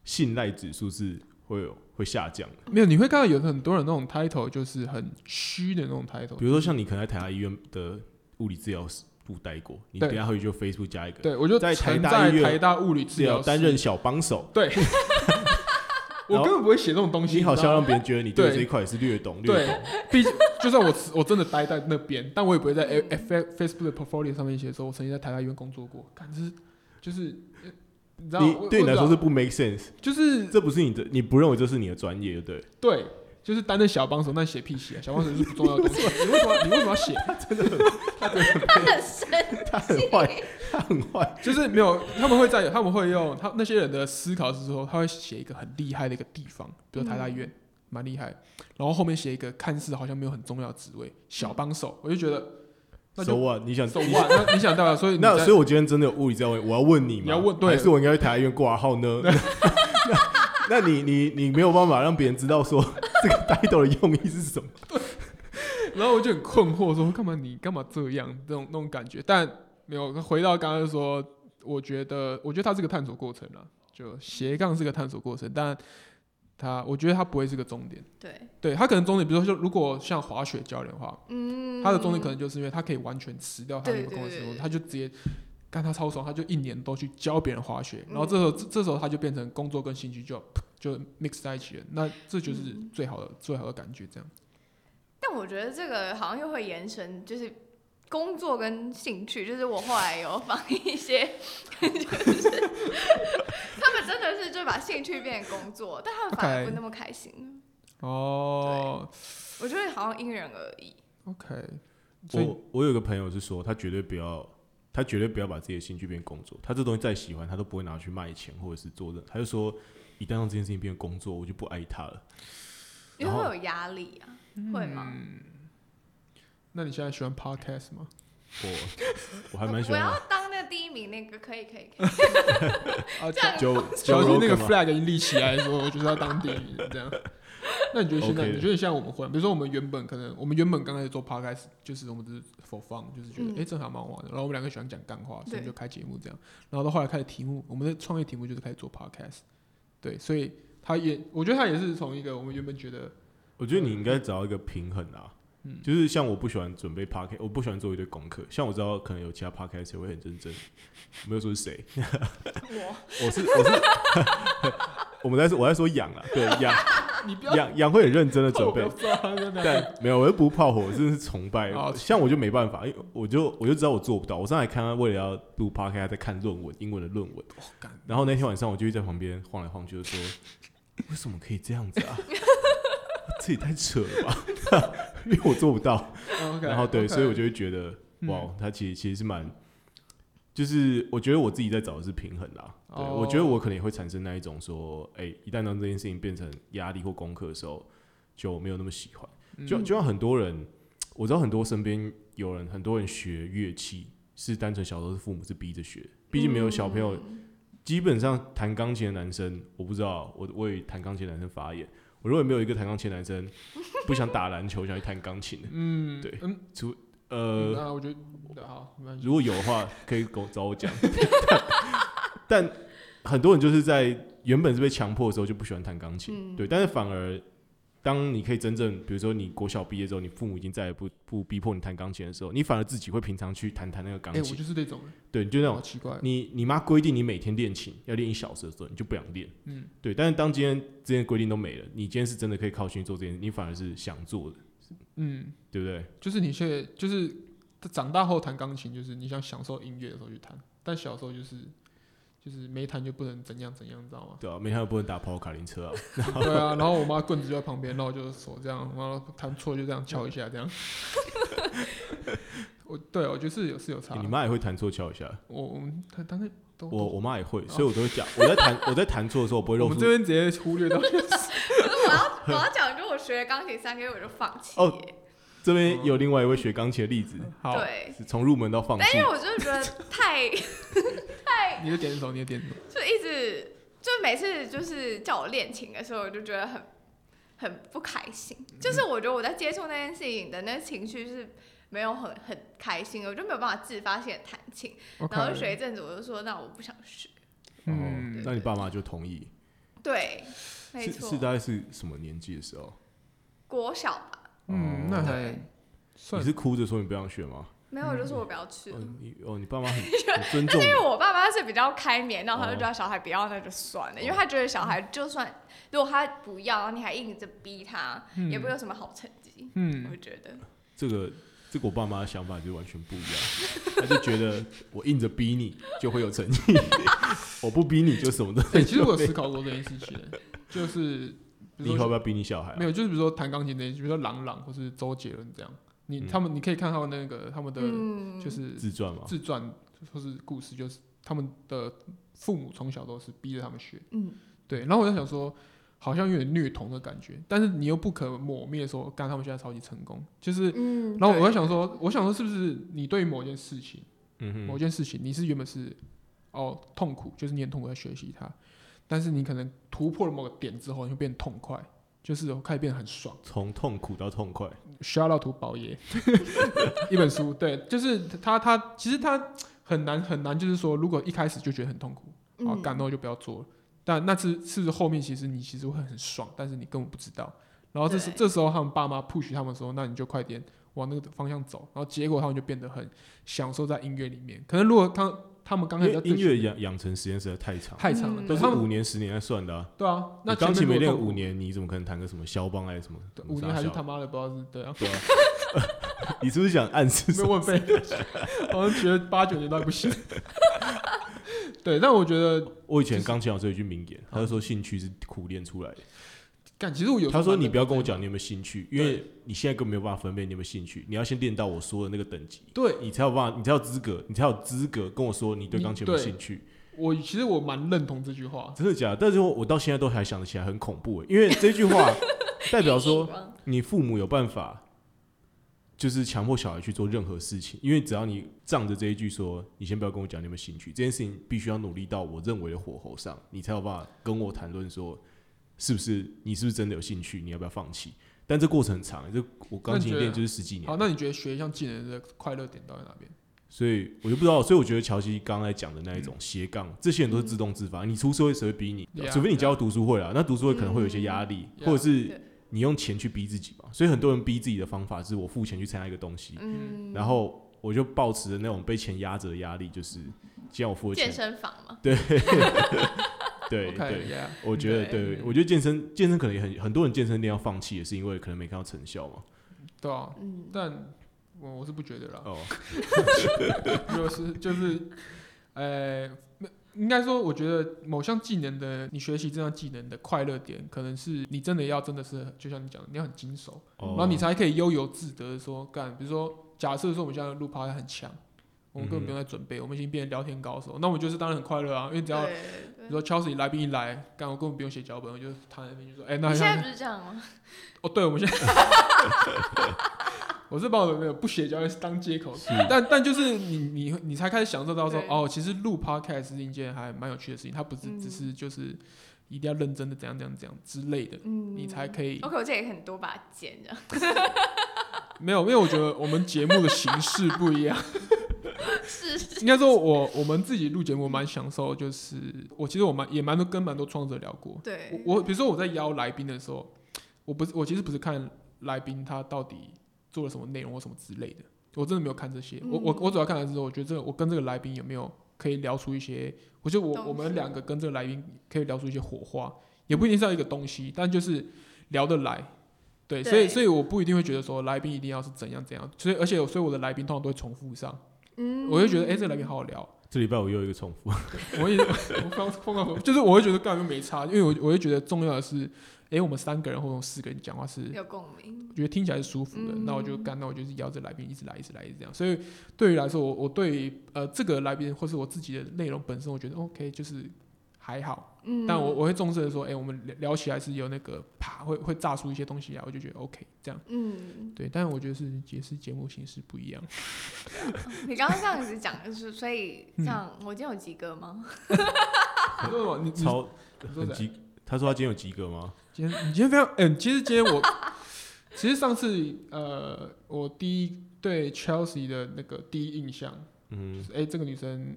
[SPEAKER 2] 信赖指数是会有会下降的。
[SPEAKER 1] 没有，你会看到有很多人那种 title 就是很虚的那种 title，
[SPEAKER 2] 比如说像你可能在台大医院的物理治疗部待过，你
[SPEAKER 1] 对
[SPEAKER 2] 等一下回去就 Facebook 加一个，
[SPEAKER 1] 对我就
[SPEAKER 2] 在台
[SPEAKER 1] 曾
[SPEAKER 2] 大
[SPEAKER 1] 在
[SPEAKER 2] 医院
[SPEAKER 1] 台大物理治
[SPEAKER 2] 治
[SPEAKER 1] 疗
[SPEAKER 2] 疗
[SPEAKER 1] 师
[SPEAKER 2] 担任，小帮手。
[SPEAKER 1] 对，我根本不会写这种东西，
[SPEAKER 2] 你好
[SPEAKER 1] 知
[SPEAKER 2] 像
[SPEAKER 1] 道吗
[SPEAKER 2] 让别人觉得你对
[SPEAKER 1] 对
[SPEAKER 2] 这一块也是略懂略
[SPEAKER 1] 对
[SPEAKER 2] 懂，，
[SPEAKER 1] 毕竟就算我我真的待在那边，但我也不会在
[SPEAKER 2] 嗯
[SPEAKER 1] F F Facebook 的 portfolio 上面写说，我曾经在台大医院工作过。感知就是，呃你知道，
[SPEAKER 2] 你
[SPEAKER 1] 我
[SPEAKER 2] 对你
[SPEAKER 1] 我
[SPEAKER 2] 来
[SPEAKER 1] 知道
[SPEAKER 2] 说是不 make sense，
[SPEAKER 1] 就是
[SPEAKER 2] 这不是你的，你不认为这是你的专业，对不 对？
[SPEAKER 1] 对，就是担任小帮手，那写屁写啊，小帮手是不重要 的东西。你为什么你为什么要写？
[SPEAKER 3] 他很生气，
[SPEAKER 2] 他很坏，他很坏，
[SPEAKER 1] 就是没有，他们会在他们会用他那些人的思考是说，他会写一个很厉害的一个地方，比如台大医
[SPEAKER 2] 嗯
[SPEAKER 1] 院蛮厉害，然后后面写一个看似好像没有很重要的职位，小帮手，我就觉得那
[SPEAKER 2] 手
[SPEAKER 1] 就
[SPEAKER 2] 腕，你想
[SPEAKER 1] 手
[SPEAKER 2] 你
[SPEAKER 1] 腕，那你想到了，所以你
[SPEAKER 2] 那
[SPEAKER 1] 在
[SPEAKER 2] 所以，我今天真的有物理教育，我要问你吗，
[SPEAKER 1] 你要问对
[SPEAKER 2] 还是我应该去台大医院挂号 呢？那那那你你你没有办法让别人知道说 这个 title 的用意是什么？
[SPEAKER 1] 然后我就很困惑，说干嘛你干嘛这样？这种那种感觉，但没有回到刚刚说，我觉得我觉得它是个探索过程啊，就斜杠是个探索过程，但它我觉得它不会是个终点，
[SPEAKER 3] 对，
[SPEAKER 1] 对它可能终点，比如说就如果像滑雪教练的话，
[SPEAKER 3] 嗯，
[SPEAKER 1] 他的终点可能就是因为他可以完全辞掉他那个
[SPEAKER 3] 对对
[SPEAKER 1] 工作职
[SPEAKER 3] 对
[SPEAKER 1] 务
[SPEAKER 3] 对，
[SPEAKER 1] 他就直接干他超爽，他就一年都去教别人滑雪，
[SPEAKER 3] 嗯
[SPEAKER 1] 然后这时候这这时候他就变成工作跟兴趣就就 mix 在一起了，那这就是
[SPEAKER 3] 嗯
[SPEAKER 1] 最好的最好的感觉，这样
[SPEAKER 3] 但我觉得这个好像又会延伸，就是工作跟兴趣，就是我后来有访一些，就是 他们真的是就把兴趣变成工作，但他们反而
[SPEAKER 1] OK
[SPEAKER 3] 不那么开心。
[SPEAKER 1] 哦。
[SPEAKER 3] 我觉得好像因人而异。
[SPEAKER 1] OK，所以
[SPEAKER 2] 我我有个朋友是说，他绝对不要，他绝对不要把自己的兴趣变工作。他这东西再喜欢，他都不会拿去卖钱或者是做任。他就说，一旦让这件事情变成工作，我就不爱他了。
[SPEAKER 3] 因为
[SPEAKER 2] 然后
[SPEAKER 3] 会有压力啊，会吗？
[SPEAKER 1] 嗯那你现在喜欢 Podcast 吗？
[SPEAKER 2] 我我还蛮喜
[SPEAKER 3] 我
[SPEAKER 2] 欢
[SPEAKER 3] 要
[SPEAKER 2] 的。
[SPEAKER 3] 当那第一名，那个可以可以 可以。
[SPEAKER 1] 啊，
[SPEAKER 3] 这样
[SPEAKER 2] 九
[SPEAKER 1] 小心那个
[SPEAKER 2] Rogan 嘛
[SPEAKER 1] flag 已经立起来说，我就是要当第一名这 样。那你觉得现在
[SPEAKER 2] OK 的
[SPEAKER 1] 你觉得现在我们会，比如说我们原本可能，我们原本刚开始做 podcast，就是我们只是 for fun，就是觉得
[SPEAKER 3] 嗯
[SPEAKER 1] 哎、诶这还蛮好玩的。然后我们两个喜欢讲干话，所以我们
[SPEAKER 3] 对
[SPEAKER 1] 就开节目这样。然后到后来开始题目，我们的创业题目就是开始做 podcast，对，所以他也，我觉得他也是从一个我们原本觉得
[SPEAKER 2] 我觉得你应该找一个平衡啊，
[SPEAKER 1] 嗯
[SPEAKER 2] 就是像我不喜欢准备 p o c a s t 我不喜欢做一堆功课。像我知道可能有其他 p o c a s t 会很认真，我没有说是谁，
[SPEAKER 3] 我
[SPEAKER 2] 我是我是 我们在说我在说养啊，对养
[SPEAKER 1] 你不要
[SPEAKER 2] 养养会很认真的准备，
[SPEAKER 1] 真的。
[SPEAKER 2] 但没有，我又不炮火，我真的是崇拜
[SPEAKER 1] 哦。
[SPEAKER 2] 像我就没办法，因为我就我就知道我做不到。我上来看他为了要录 p o d 在看论文，英文的论文。
[SPEAKER 1] 哦干
[SPEAKER 2] 然后那天晚上我就会在旁边晃来晃去，就 说：“为什么可以这样子啊？ 这也太扯了吧！” 因为我做不到。
[SPEAKER 1] 嗯，OK，
[SPEAKER 2] 然后对
[SPEAKER 1] OK
[SPEAKER 2] 所以我就会觉得，
[SPEAKER 1] 嗯
[SPEAKER 2] 哇，他其实其实是蛮，就是我觉得我自己在找的是平衡啦。对，
[SPEAKER 1] 哦
[SPEAKER 2] 我觉得我可能也会产生那一种说，哎、一旦当这件事情变成压力或功课的时候，就没有那么喜欢。
[SPEAKER 1] 嗯
[SPEAKER 2] 就就像很多人，我知道很多身边有人，很多人学乐器是单纯小时候是父母是逼着学，毕竟没有小朋
[SPEAKER 1] 嗯
[SPEAKER 2] 友。基本上弹钢琴的男生，我不知道，我我为弹钢琴的男生发言。我如果没有一个弹钢琴的男生 不想打篮球，想去弹钢琴的，
[SPEAKER 1] 嗯，
[SPEAKER 2] 对
[SPEAKER 1] 嗯，
[SPEAKER 2] 除
[SPEAKER 1] 嗯
[SPEAKER 2] 呃，
[SPEAKER 1] 那我觉得对好，没关系
[SPEAKER 2] 如果有的话，可以跟我找我讲。 但很多人就是在原本是被强迫的时候就不喜欢弹钢琴，
[SPEAKER 3] 嗯
[SPEAKER 2] 对，但是反而当你可以真正，比如说你国小毕业之后，你父母已经再也不不逼迫你弹钢琴的时候，你反而自己会平常去弹弹那个钢
[SPEAKER 1] 哎，我
[SPEAKER 2] 琴，
[SPEAKER 1] 就是那种人，
[SPEAKER 2] 对，你就那种
[SPEAKER 1] 好奇怪，哦
[SPEAKER 2] 你你妈规定你每天练琴要练一小时的时候，你就不想练，
[SPEAKER 1] 嗯，
[SPEAKER 2] 对。但是当今天这些规定都没了，你今天是真的可以靠兴趣做这件事，你反而是想做的，
[SPEAKER 1] 嗯，
[SPEAKER 2] 对不对？
[SPEAKER 1] 就是你现在就是长大后弹钢琴，就是你想享受音乐的时候去弹，但小时候就是就是没弹就不能怎样怎样，你知道
[SPEAKER 2] ？
[SPEAKER 1] 吗
[SPEAKER 2] 对啊，每天都不能打跑卡丁 车啊，
[SPEAKER 1] 对啊，然后我妈棍子就在旁边，然后我就手这样，然后弹错就这样敲一下，这样。 我对我觉得是有是有差
[SPEAKER 2] 欸，你妈也会弹错敲一下，
[SPEAKER 1] 我我们他当时都
[SPEAKER 2] 我
[SPEAKER 1] 都
[SPEAKER 2] 我妈也会，所以我都会讲，我在弹我在弹错的时候，我不 会
[SPEAKER 1] 哦我
[SPEAKER 2] 露
[SPEAKER 1] 们
[SPEAKER 2] 出
[SPEAKER 1] 这边直接忽略到
[SPEAKER 3] 可是我要我要讲，就我学了钢琴三个月我就放弃
[SPEAKER 2] 哦
[SPEAKER 3] 耶，
[SPEAKER 2] 这边有另外一位学钢琴的例子，
[SPEAKER 1] 好，
[SPEAKER 3] 对，
[SPEAKER 2] 是从入门到放
[SPEAKER 3] 但
[SPEAKER 2] 弃哦
[SPEAKER 3] 因为，我就觉得太 太
[SPEAKER 1] 你的点是什么？你的点是什么？
[SPEAKER 3] 就一直就每次就是叫我练琴的时候，我就觉得很很不开心。就是我觉得我在接触那件事情的那个情绪是没有很很开心的，我就没有办法自发性的弹琴。
[SPEAKER 1] 我
[SPEAKER 3] 然后
[SPEAKER 1] 看
[SPEAKER 3] 就学一阵子，我就说那我不想学。
[SPEAKER 2] 嗯
[SPEAKER 1] 嗯，
[SPEAKER 2] 那你爸妈就同意，
[SPEAKER 3] 对，没
[SPEAKER 2] 是
[SPEAKER 3] 错
[SPEAKER 2] 是，大概是什么年纪的时候？
[SPEAKER 3] 国小吧，
[SPEAKER 2] 哦
[SPEAKER 1] 嗯，那还
[SPEAKER 3] 对
[SPEAKER 2] 你
[SPEAKER 1] 算
[SPEAKER 2] 是哭着说你不想学吗？
[SPEAKER 3] 没有，我
[SPEAKER 1] 嗯
[SPEAKER 3] 就说我不要去了。
[SPEAKER 2] 哦，你哦，你 爸妈很很尊重
[SPEAKER 3] 因为
[SPEAKER 2] 你，
[SPEAKER 3] 我爸妈是比较开明，然后他
[SPEAKER 2] 哦
[SPEAKER 3] 就叫小孩不要，那就算了，因
[SPEAKER 1] 哦
[SPEAKER 3] 为他觉得小孩就算如果他不要，然后你还硬着逼他，
[SPEAKER 1] 嗯
[SPEAKER 3] 也不会有什么好成绩。
[SPEAKER 1] 嗯
[SPEAKER 3] 我觉得，
[SPEAKER 2] 这个这个我爸妈的想法就完全不一样，他就觉得我硬着逼你就会有成绩， 我不逼你就什么都。
[SPEAKER 1] 对，其实我有思考过这件事 情，就是比
[SPEAKER 2] 你
[SPEAKER 1] 如
[SPEAKER 2] 以后要
[SPEAKER 1] 说
[SPEAKER 2] 不要逼你小孩啊？
[SPEAKER 1] 没有，就是比如说弹钢琴那些，比如说郎朗或是周杰伦这样，你、
[SPEAKER 2] 嗯
[SPEAKER 1] 他们你可以看到那个他们的
[SPEAKER 3] 嗯，
[SPEAKER 1] 就是
[SPEAKER 2] 自传嘛，
[SPEAKER 1] 自传或是故事，就是他们的父母从小都是逼着他们学，
[SPEAKER 3] 嗯，
[SPEAKER 1] 对。然后我就想说，好像有点虐童的感觉，但是你又不可抹灭说，干他们现在超级成功，就是。
[SPEAKER 3] 嗯，
[SPEAKER 1] 然后
[SPEAKER 3] 对
[SPEAKER 1] 我在想说，我想说是不是你对于某件事情，
[SPEAKER 2] 嗯
[SPEAKER 1] 某
[SPEAKER 2] 哼，
[SPEAKER 1] 件事情，你是原本是哦痛苦，就是你很痛苦在学习它，但是你可能突破了某个点之后，你会变痛快，就是开始变得很爽。
[SPEAKER 2] 从痛苦到痛快，
[SPEAKER 1] Shout out to 宝爷， 一本书，对，就是他他其实他很难很难，就是说如果一开始就觉得很痛苦，好
[SPEAKER 3] 嗯
[SPEAKER 1] 啊感动就不要做了。但那是是不是后面其实你其实会很爽，但是你根本不知道。然后这时
[SPEAKER 3] 对
[SPEAKER 1] 这时候他们爸妈 push 他们说，那你就快点往那个方向走。然后结果他们就变得很享受在音乐里面。可能如果刚他们刚
[SPEAKER 2] 因
[SPEAKER 1] 开始
[SPEAKER 2] 为
[SPEAKER 1] 在追
[SPEAKER 2] 音
[SPEAKER 1] 求
[SPEAKER 2] 乐养养成时间实在太长，
[SPEAKER 1] 太长了，
[SPEAKER 3] 嗯
[SPEAKER 2] 都
[SPEAKER 1] 对
[SPEAKER 2] 是
[SPEAKER 1] 他们
[SPEAKER 2] 五年十年来算的啊。
[SPEAKER 1] 对啊，那
[SPEAKER 2] 你钢
[SPEAKER 1] 前
[SPEAKER 2] 琴
[SPEAKER 1] 面
[SPEAKER 2] 没
[SPEAKER 1] 如
[SPEAKER 2] 练
[SPEAKER 1] 果
[SPEAKER 2] 五年，你怎么可能弹个什么肖邦还是什么？
[SPEAKER 1] 对
[SPEAKER 2] 什么
[SPEAKER 1] 五年还是
[SPEAKER 2] 傻笑
[SPEAKER 1] 他妈的不知道是对 啊，
[SPEAKER 2] 对啊， 你是不是想暗示
[SPEAKER 1] 没
[SPEAKER 2] 什
[SPEAKER 1] 有
[SPEAKER 2] 么？
[SPEAKER 1] 问费， 好像觉得八九年代不行。对，但我觉得
[SPEAKER 2] 我以前钢琴老师有一句名言，他就说兴趣是苦练出来的。
[SPEAKER 1] 干，其实我有
[SPEAKER 2] 他说：“你不要跟我
[SPEAKER 1] 讲，
[SPEAKER 2] 讲你有没有兴趣，因为你现在根本没有办法分辨你有没有兴趣。你要先练到我说的那个等级，
[SPEAKER 1] 对
[SPEAKER 2] 你才有办法，你才有资格，你才有资格跟我说你对钢琴有没有兴趣。
[SPEAKER 1] 我其实我蛮认同这句话，
[SPEAKER 2] 真的假的？但是我我到现在都还想得起来，很恐怖欸。因为这 句话代表
[SPEAKER 3] 阴
[SPEAKER 2] 说
[SPEAKER 3] 影吗
[SPEAKER 2] 你父母有办法，就是强迫小孩去做任何事情，因为只要你仗着这一句说“你先不要跟我讲你有没有兴趣”，这件事情必须要努力到我认为的火候上，你才有办法跟我谈论说是不是你是不是真的有兴趣，你要不要放弃？但这过程很长欸，这我钢
[SPEAKER 1] 那你
[SPEAKER 2] 琴
[SPEAKER 1] 觉
[SPEAKER 2] 练
[SPEAKER 1] 得
[SPEAKER 2] 就是十几
[SPEAKER 1] 好，
[SPEAKER 2] 年，
[SPEAKER 1] 那你觉得学一项技能的快乐点到底哪边？
[SPEAKER 2] 所以我就不知道。所以我觉得乔西刚才讲的那一种
[SPEAKER 3] 嗯
[SPEAKER 2] 斜杠，这些人都是自动自发。你出社会谁会逼你
[SPEAKER 1] Yeah，
[SPEAKER 2] 除非你加入读书会啦，那读书会可能会有一些压力，
[SPEAKER 1] Yeah
[SPEAKER 2] 或者是
[SPEAKER 3] 嗯对
[SPEAKER 2] 你用钱去逼自己嘛，所以很多人逼自己的方法是我付钱去参加一个东西，
[SPEAKER 3] 嗯，
[SPEAKER 2] 然后我就抱持着那种被钱压着的压力，就是既然我付了
[SPEAKER 3] 健
[SPEAKER 2] 钱，
[SPEAKER 3] 身房嘛，
[SPEAKER 2] 对
[SPEAKER 1] OK，
[SPEAKER 2] 对，
[SPEAKER 1] yeah
[SPEAKER 2] 我觉得
[SPEAKER 1] 对
[SPEAKER 2] 对，我觉得健身健身可能也很很多人健身店要放弃，也是因为可能没看到成效嘛。
[SPEAKER 1] 对啊，
[SPEAKER 3] 嗯，
[SPEAKER 1] 但我我是不觉得啦，
[SPEAKER 2] 哦，
[SPEAKER 1] 就是就是，呃，没应该说，我觉得某项技能的你学习这项技能的快乐点，可能是你真的要真的是，就像你讲的，你要很精熟，
[SPEAKER 2] 哦
[SPEAKER 1] 然后你才可以悠游自得地说干，比如说假设说我们现在录趴很强，我
[SPEAKER 2] 嗯
[SPEAKER 1] 们根本不用再准备，我们已经变成聊天高手，那我们就是当然很快乐啊，因为只要。
[SPEAKER 3] 对
[SPEAKER 1] 比
[SPEAKER 3] 对
[SPEAKER 1] 如说 Chelsea 来宾一来，干我根本不用写脚本，我就躺在那边就说，哎、那
[SPEAKER 3] 对，你
[SPEAKER 1] 还
[SPEAKER 3] 现在
[SPEAKER 1] 想
[SPEAKER 3] 不是这样吗？
[SPEAKER 1] 哦，对，我们现在，我是把我的那个不写脚本当借口，
[SPEAKER 2] 是
[SPEAKER 1] 但但就是你你你才开始享受到说
[SPEAKER 3] 对
[SPEAKER 1] 哦，其实录 podcast 是一件还蛮有趣的事情，它不是
[SPEAKER 3] 嗯
[SPEAKER 1] 只是就是一定要认真的怎样怎样怎样之类的，
[SPEAKER 3] 嗯，
[SPEAKER 1] 你才可以
[SPEAKER 3] OK，我这里很多把剪这样，
[SPEAKER 1] 没有，因为我觉得我们节目的形式不一样，
[SPEAKER 3] 是是
[SPEAKER 1] 应该说我我们自己录节目蛮享受，就是我其实我蛮也蛮多跟蛮多创作者聊过，
[SPEAKER 3] 对，
[SPEAKER 1] 我我比如说我在邀来宾的时候，我不是我其实不是看来宾他到底做了什么内容或什么之类的，我真的没有看这些。我我
[SPEAKER 3] 嗯
[SPEAKER 1] 我主要看的是我觉得这个我跟这个来宾有没有可以聊出一些，我觉得
[SPEAKER 3] 东
[SPEAKER 1] 我
[SPEAKER 3] 西啊
[SPEAKER 1] 我们两个跟这个来宾可以聊出一些火花，也不一定是要一个东西，但就是聊得来。对，所以
[SPEAKER 3] 对
[SPEAKER 1] 所以我不一定会觉得说来宾一定要是怎样怎样，所以而且所以我的来宾通常都会重复上，
[SPEAKER 3] 嗯
[SPEAKER 1] 我就觉得哎、诶这个来宾好好聊，
[SPEAKER 2] 这礼拜我又有一个重复，
[SPEAKER 1] 我也我刚碰到，就是我会觉得根本就没差，因为我我会觉得重要的是，诶，我们三个人或者四个人讲话是，
[SPEAKER 3] 嗯有共鸣，
[SPEAKER 1] 我觉得听起来是舒服的，
[SPEAKER 3] 嗯
[SPEAKER 1] 那我就干，那我就是邀这来宾一直来，一直来，一直这样。所以对于来说，我我对于呃这个来宾或是我自己的内容本身，我觉得 OK，就是还好，
[SPEAKER 3] 嗯，
[SPEAKER 1] 但我我会重视的说，诶，我们聊聊起来是有那个啪，会会炸出一些东西来，我就觉得 OK 这样。
[SPEAKER 3] 嗯，
[SPEAKER 1] 对，但我觉得是也是节目形式不 一样。
[SPEAKER 3] 你刚刚这样子讲，就是所以
[SPEAKER 1] 嗯
[SPEAKER 3] 这样，我今天有及格吗？
[SPEAKER 1] 你说什么？你你
[SPEAKER 2] 超
[SPEAKER 1] 你说
[SPEAKER 2] 很
[SPEAKER 1] 谁啊
[SPEAKER 2] 及。他说他今天有及格吗？
[SPEAKER 1] 今天你今天非常，嗯、其实今天我，其实上次呃，我第一对 Chelsea 的那个第一印象，就
[SPEAKER 2] 嗯，
[SPEAKER 1] 是哎、这个女生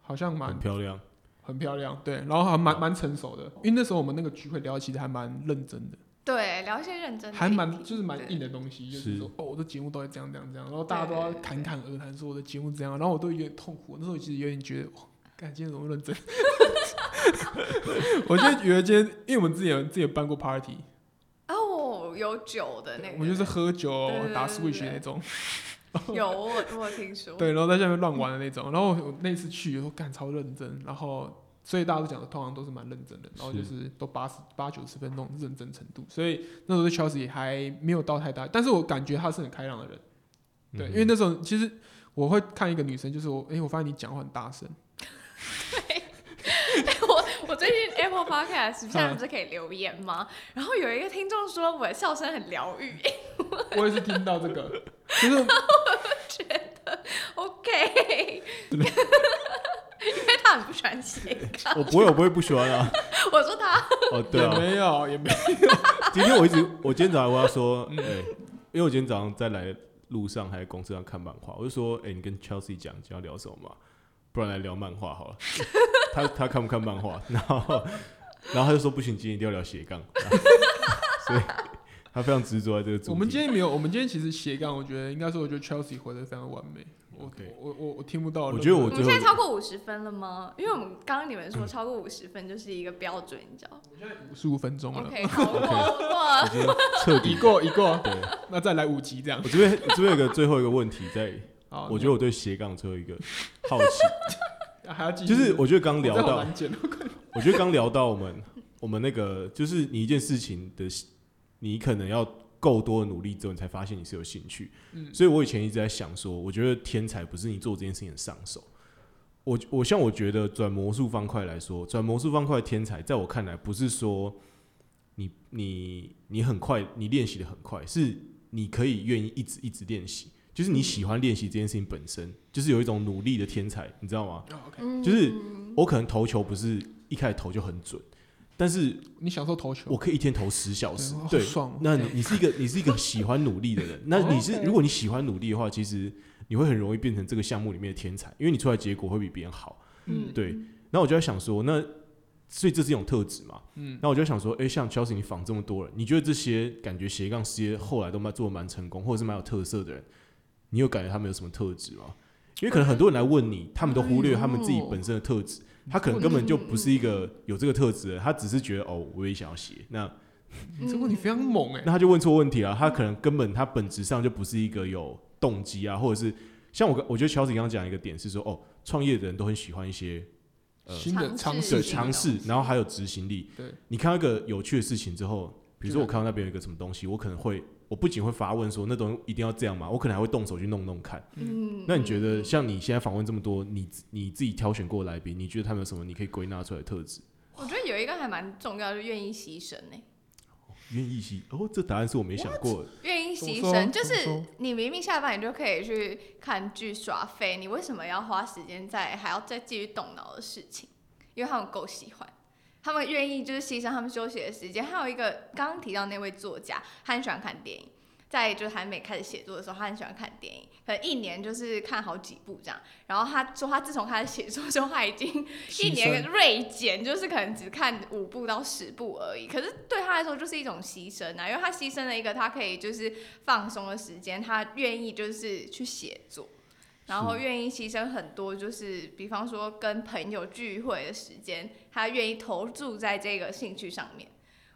[SPEAKER 1] 好像蛮
[SPEAKER 2] 很漂亮。
[SPEAKER 1] 很漂亮，对，然后还蛮蛮成熟的，因为那时候我们那个聚会聊，其实还蛮认真的，
[SPEAKER 3] 对，聊一些认真的议题，
[SPEAKER 1] 还蛮就是蛮
[SPEAKER 3] 对
[SPEAKER 1] 硬的东西，就是是说哦，我的节目都会这样这样这样，然后大家都要
[SPEAKER 3] 对对对
[SPEAKER 1] 侃侃而谈说我的节目怎样，然后我都有点痛苦，那时候其实有点觉得，哇，干今天怎么认真？ 我就觉得今天，因为我们之前有自己有办过 party，
[SPEAKER 3] 哦，有酒的那
[SPEAKER 1] 对我
[SPEAKER 3] 个，
[SPEAKER 1] 们就是喝酒
[SPEAKER 3] 对对对
[SPEAKER 1] 打
[SPEAKER 3] 对
[SPEAKER 1] Switch
[SPEAKER 3] 对
[SPEAKER 1] 那种，
[SPEAKER 3] 有我我有听说，
[SPEAKER 1] 对，然后在下面乱玩的那种。然后我那次去，我干超认真，然后所以大家都讲的通常都是蛮认真的，然后就是都八十八九十分那种认真程度。所以那时候 Chelsea 还没有到太大，但是我感觉他是很开朗的人，
[SPEAKER 2] 嗯
[SPEAKER 1] 对，因为那时候其实我会看一个女生，就是我，哎、我发现你讲话很大声，
[SPEAKER 3] 我我最近 Apple
[SPEAKER 1] 嗯
[SPEAKER 3] Podcast 下面不是可以留言吗？然后有一个听众说我的笑声很疗愈
[SPEAKER 1] 我也是听到这个，就是
[SPEAKER 3] ，OK，因为他很不喜欢斜杠，
[SPEAKER 2] 我不会，我不会不喜欢啊。
[SPEAKER 3] 我说他
[SPEAKER 2] 哦，对
[SPEAKER 1] 也
[SPEAKER 2] 啊，
[SPEAKER 1] 没有 也没有，
[SPEAKER 2] 今天我一直，我今天早上我要说，
[SPEAKER 1] 嗯
[SPEAKER 2] 哎、因为我今天早上在来路上还在公司上看漫画，我就说，哎、你跟 Chelsea 讲今天要聊什么嘛，不然来聊漫 画好了。他他看不看漫画？然后然后他就说不行，今天一定要聊斜杠， 所以他非常执着在这个主题。
[SPEAKER 1] 我们今天没有，我们今天其实斜杠，我觉得应该说，我觉得 Chelsea 回的非常完美。我
[SPEAKER 2] OK
[SPEAKER 1] 我我我嗯听不到任
[SPEAKER 2] 我
[SPEAKER 1] 何，
[SPEAKER 2] 觉得我
[SPEAKER 3] 我们
[SPEAKER 2] 最后
[SPEAKER 3] 现在超过五十分了吗？因为我们刚刚你们说超过五十分就是一个标准，你知道
[SPEAKER 1] 我现在五十五分钟了，
[SPEAKER 3] ？OK，好，我 我
[SPEAKER 2] 我今天彻
[SPEAKER 1] 已
[SPEAKER 2] 底
[SPEAKER 1] 过已过，
[SPEAKER 2] 对。
[SPEAKER 1] 那再来五集这样
[SPEAKER 2] 我。这边我这边有个最后一个问题在，
[SPEAKER 1] 好，
[SPEAKER 2] 我觉得我对斜杠最后一个好 奇，
[SPEAKER 1] 得还要继续，
[SPEAKER 2] 就是我觉得刚
[SPEAKER 1] 我
[SPEAKER 2] 聊
[SPEAKER 1] 这好
[SPEAKER 2] 到
[SPEAKER 1] 难剪哦。
[SPEAKER 2] 我觉得刚聊到我们我们那个，就是你一件事情的，你可能要够多的努力之后，你才发现你是有兴趣。
[SPEAKER 1] 嗯
[SPEAKER 2] 所以我以前一直在想说，我觉得天才不是你做这件事情的上手。我我像我觉得转魔术方块来说，转魔术方块的天才，在我看来不是说你你你很快，你练习的很快，是你可以愿意一直一直练习，就是
[SPEAKER 1] 嗯
[SPEAKER 2] 你喜欢练习这件事情本身，就是有一种努力的天才，你知道吗？
[SPEAKER 1] 哦，OK，
[SPEAKER 3] 嗯
[SPEAKER 2] 就是我可能投球不是一开始投就很准，但是
[SPEAKER 1] 你享受投球，
[SPEAKER 2] 我可以一天投十小时
[SPEAKER 1] 对，好
[SPEAKER 2] 对，
[SPEAKER 1] 爽哦。
[SPEAKER 2] 那你
[SPEAKER 1] 对
[SPEAKER 2] 你是一个你是一个喜欢努力的 人，那你是
[SPEAKER 1] OK
[SPEAKER 2] 如果你喜欢努力的话，其实你会很容易变成这个项目里面的天才，因为你出来结果会比别人好。
[SPEAKER 1] 嗯
[SPEAKER 2] 对，那我就在想说，那所以这是一种特质嘛。
[SPEAKER 1] 嗯，
[SPEAKER 2] 那我就想说，诶，像 Chelsea 你访这么多人，你觉得这些感觉斜杠事业后来都蛮做的蛮成功，或者是蛮有特色的人，你有感觉他们有什么特质吗？因为可能很多人来问你，他们都忽略他们自己本身的特质，他可能根本就不是一个有这个特质的人，他只是觉得哦，我也想要写。那
[SPEAKER 3] 嗯
[SPEAKER 1] 你这个问题非常猛哎、
[SPEAKER 2] 那他就问错问题了，啊他可能根本他本质上就不是一个有动机啊，或者是像我刚，我觉得乔治刚刚讲一个点是说，哦，创业的人都很喜欢一些呃
[SPEAKER 1] 新的
[SPEAKER 3] 尝
[SPEAKER 1] 尝
[SPEAKER 3] 试
[SPEAKER 1] 试
[SPEAKER 2] 对
[SPEAKER 3] 性
[SPEAKER 2] 尝试，然后还有执行力。
[SPEAKER 1] 对，
[SPEAKER 2] 你看到一个有趣的事情之后，比如说我看到那边有一个什么东西，我可能会，我不仅会发问说那东西一定要这样嘛，我可能还会动手去弄弄看。
[SPEAKER 3] 嗯，
[SPEAKER 2] 那你觉得像你现在访问这么多，你你自己挑选过的来宾，你觉得他们有什么你可以归纳出来的特质？
[SPEAKER 3] 我觉得有一个还蛮重要的，就愿意牺牲欸呢、
[SPEAKER 2] 愿意牺哦，这答案是我没想过的。
[SPEAKER 3] 愿意
[SPEAKER 1] 怎么
[SPEAKER 3] 牺
[SPEAKER 1] 说
[SPEAKER 3] 牲，就
[SPEAKER 1] 怎么
[SPEAKER 3] 是
[SPEAKER 1] 说
[SPEAKER 3] 你明明下班你就可以去看剧耍废，你为什么要花时间在还要再继续动脑的事情？因为他们够喜欢，他们愿意就是牺牲他们休息的时间。还有一个刚刚提到那位作家，他很喜欢看电影，在就是还没开始写作的时候，他很喜欢看电影，可能一年就是看好几部这样。然后他说，他自从开始写作之后，他已经一
[SPEAKER 1] 牺
[SPEAKER 3] 年
[SPEAKER 1] 牲
[SPEAKER 3] 锐减，就是可能只看五部到十部而已。可是对他来说就是一种牺牲啊，因为他牺牲了一个他可以就是放松的时间，他愿意就是去写作，然后愿意牺牲很多，就是比方说跟朋友聚会的时间，他愿意投注在这个兴趣上面。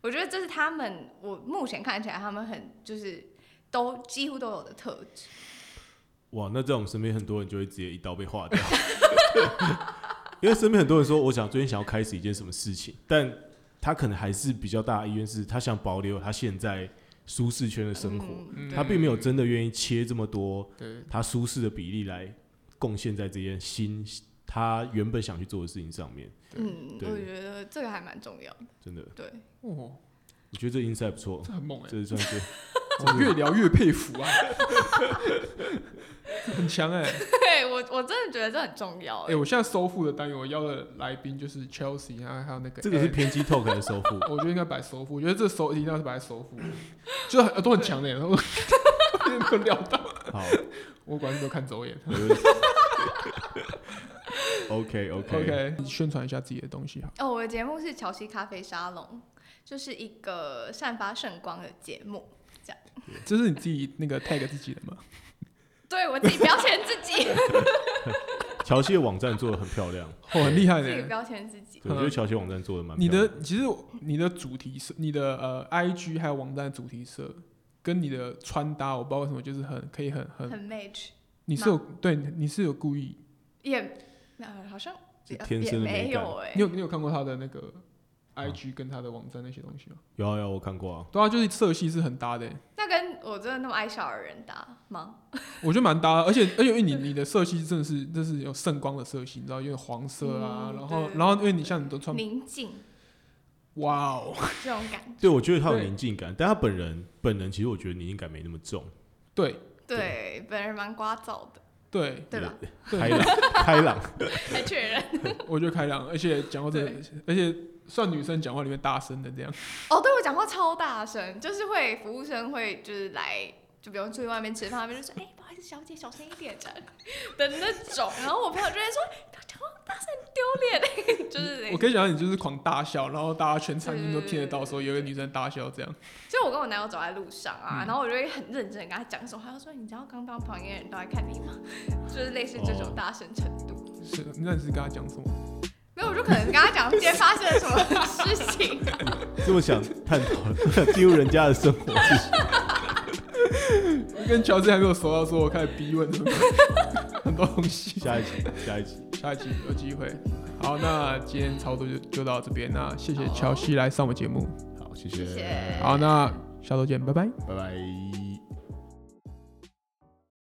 [SPEAKER 3] 我觉得这是他们，我目前看起来他们很就是都几乎都有的特质。
[SPEAKER 2] 哇，那在我们身边很多人就会直接一刀被划掉， 因为身边很多人说，我想最近想要开始一件什么事情，但他可能还是比较大的意愿是，他想保留他现在舒适圈的生活，
[SPEAKER 3] 嗯
[SPEAKER 1] 嗯
[SPEAKER 2] 他并没有真的愿意切这么多
[SPEAKER 1] 对，
[SPEAKER 2] 他舒适的比例来贡献在这件新他原本想去做的事情上面，
[SPEAKER 3] 嗯，
[SPEAKER 2] 对
[SPEAKER 3] 我觉得这个还蛮重要的。
[SPEAKER 2] 真的，
[SPEAKER 3] 对，
[SPEAKER 1] 哦，
[SPEAKER 2] 我觉得这 insight 不错，
[SPEAKER 1] 这很猛哎、
[SPEAKER 2] 这 算是
[SPEAKER 1] 我
[SPEAKER 2] 哦
[SPEAKER 1] 越聊越佩服啊， 很强哎、欸！
[SPEAKER 3] 对我我真的觉得这很重要
[SPEAKER 1] 哎、
[SPEAKER 3] 哎、
[SPEAKER 1] 我现在收复的单元，我邀的来宾就是 Chelsea，然后还有那个
[SPEAKER 2] 这个是
[SPEAKER 1] Ed
[SPEAKER 2] 偏激 talk 还是 收复？
[SPEAKER 1] 我觉得应该摆首富，我觉得这首一定要是摆首富，就是很呃都很强欸 的，然后没有料到，
[SPEAKER 2] 好
[SPEAKER 1] 我管你没有看走眼。
[SPEAKER 2] ，OK OK
[SPEAKER 1] OK，你宣传一下自己的东西好。
[SPEAKER 3] 哦，我的节目是乔西咖啡沙龙，就是一个散发圣光的节目。
[SPEAKER 1] 这是你自己那个 tag 自己的吗？
[SPEAKER 3] 对我自己标签自 己，
[SPEAKER 2] 乔西的网站做的很漂亮，
[SPEAKER 1] 哦，很厉害
[SPEAKER 3] 自己
[SPEAKER 1] 的。
[SPEAKER 3] 标签自己。
[SPEAKER 2] 对我觉得乔西网站做的蛮
[SPEAKER 1] 你
[SPEAKER 2] 漂亮。
[SPEAKER 1] 的其实你的主题是你的呃 IG 还有网站的主题色跟你的穿搭，我不知道为什么就是很可以很
[SPEAKER 2] 嗯
[SPEAKER 1] 很，
[SPEAKER 3] 很 match，
[SPEAKER 1] 你是有对你是有故意，
[SPEAKER 3] 也、呃、好像
[SPEAKER 2] 是
[SPEAKER 3] 也
[SPEAKER 2] 天生的
[SPEAKER 3] 也没
[SPEAKER 2] 美感
[SPEAKER 3] 有哎、
[SPEAKER 1] 你有你有看过他的那个 IG 跟他的网站那些东西吗？
[SPEAKER 2] 有啊有啊，我看过啊。
[SPEAKER 1] 对啊，就是色系是很搭的欸、
[SPEAKER 3] 那跟我真的那么爱笑的人搭吗？
[SPEAKER 1] 我觉得蛮搭的，而且而且因为你你的色系真的是这是有圣光的色系，你知道，因为黄色啊，
[SPEAKER 3] 嗯
[SPEAKER 1] 然后
[SPEAKER 3] 对
[SPEAKER 1] 然后因为你像你都穿，
[SPEAKER 3] 宁静
[SPEAKER 1] 哇哦，
[SPEAKER 3] 这种感觉，
[SPEAKER 2] 对，我觉得他有
[SPEAKER 1] 对
[SPEAKER 2] 宁静感，但他本人本人其实我觉得宁静感没那么重，
[SPEAKER 1] 对
[SPEAKER 3] 对，本人蛮聒噪的，
[SPEAKER 1] 对
[SPEAKER 3] 对吧？
[SPEAKER 1] 对
[SPEAKER 2] 开朗 开朗，
[SPEAKER 3] 还确认。
[SPEAKER 1] 我觉得开朗，而且讲到这个
[SPEAKER 3] 对，
[SPEAKER 1] 而且算女生讲话里面大声的这样，
[SPEAKER 3] 哦，对我讲话超大声，就是会服务生会就是来，就比如出去外面吃饭，他们就说：“哎、不好意思，小姐，小声一点。”这样的那种。然后我朋友就会说：“你不要讲话大声，很丢脸。” 就是类
[SPEAKER 1] 嗯我
[SPEAKER 3] 似，
[SPEAKER 1] 可以想象你就是狂大笑，然后大家全餐厅都
[SPEAKER 3] 对
[SPEAKER 1] 听得到，说有一个女生大笑这样，
[SPEAKER 3] 就我跟我男友走在路上啊，然后我就会很认真的跟他讲什么，他就说：“你知道刚刚旁边的人都在看你吗？” 就是类似这种大声程度。
[SPEAKER 1] 是那你是跟她讲什么？
[SPEAKER 3] 没有，我就可能跟他讲今天发生了什么事情，
[SPEAKER 2] 这么想探讨进入人家的生活是什么
[SPEAKER 1] 跟乔治还没有熟到说，我开始逼问什么 很多东西。
[SPEAKER 2] 下一集下一集。
[SPEAKER 1] 下一集有机会。好，那今天差不多就就到这边。那谢谢
[SPEAKER 3] 好
[SPEAKER 1] 乔西来上我节目。
[SPEAKER 2] 好，谢
[SPEAKER 3] 谢谢。
[SPEAKER 1] 好，那下周见，拜拜。
[SPEAKER 2] 拜拜。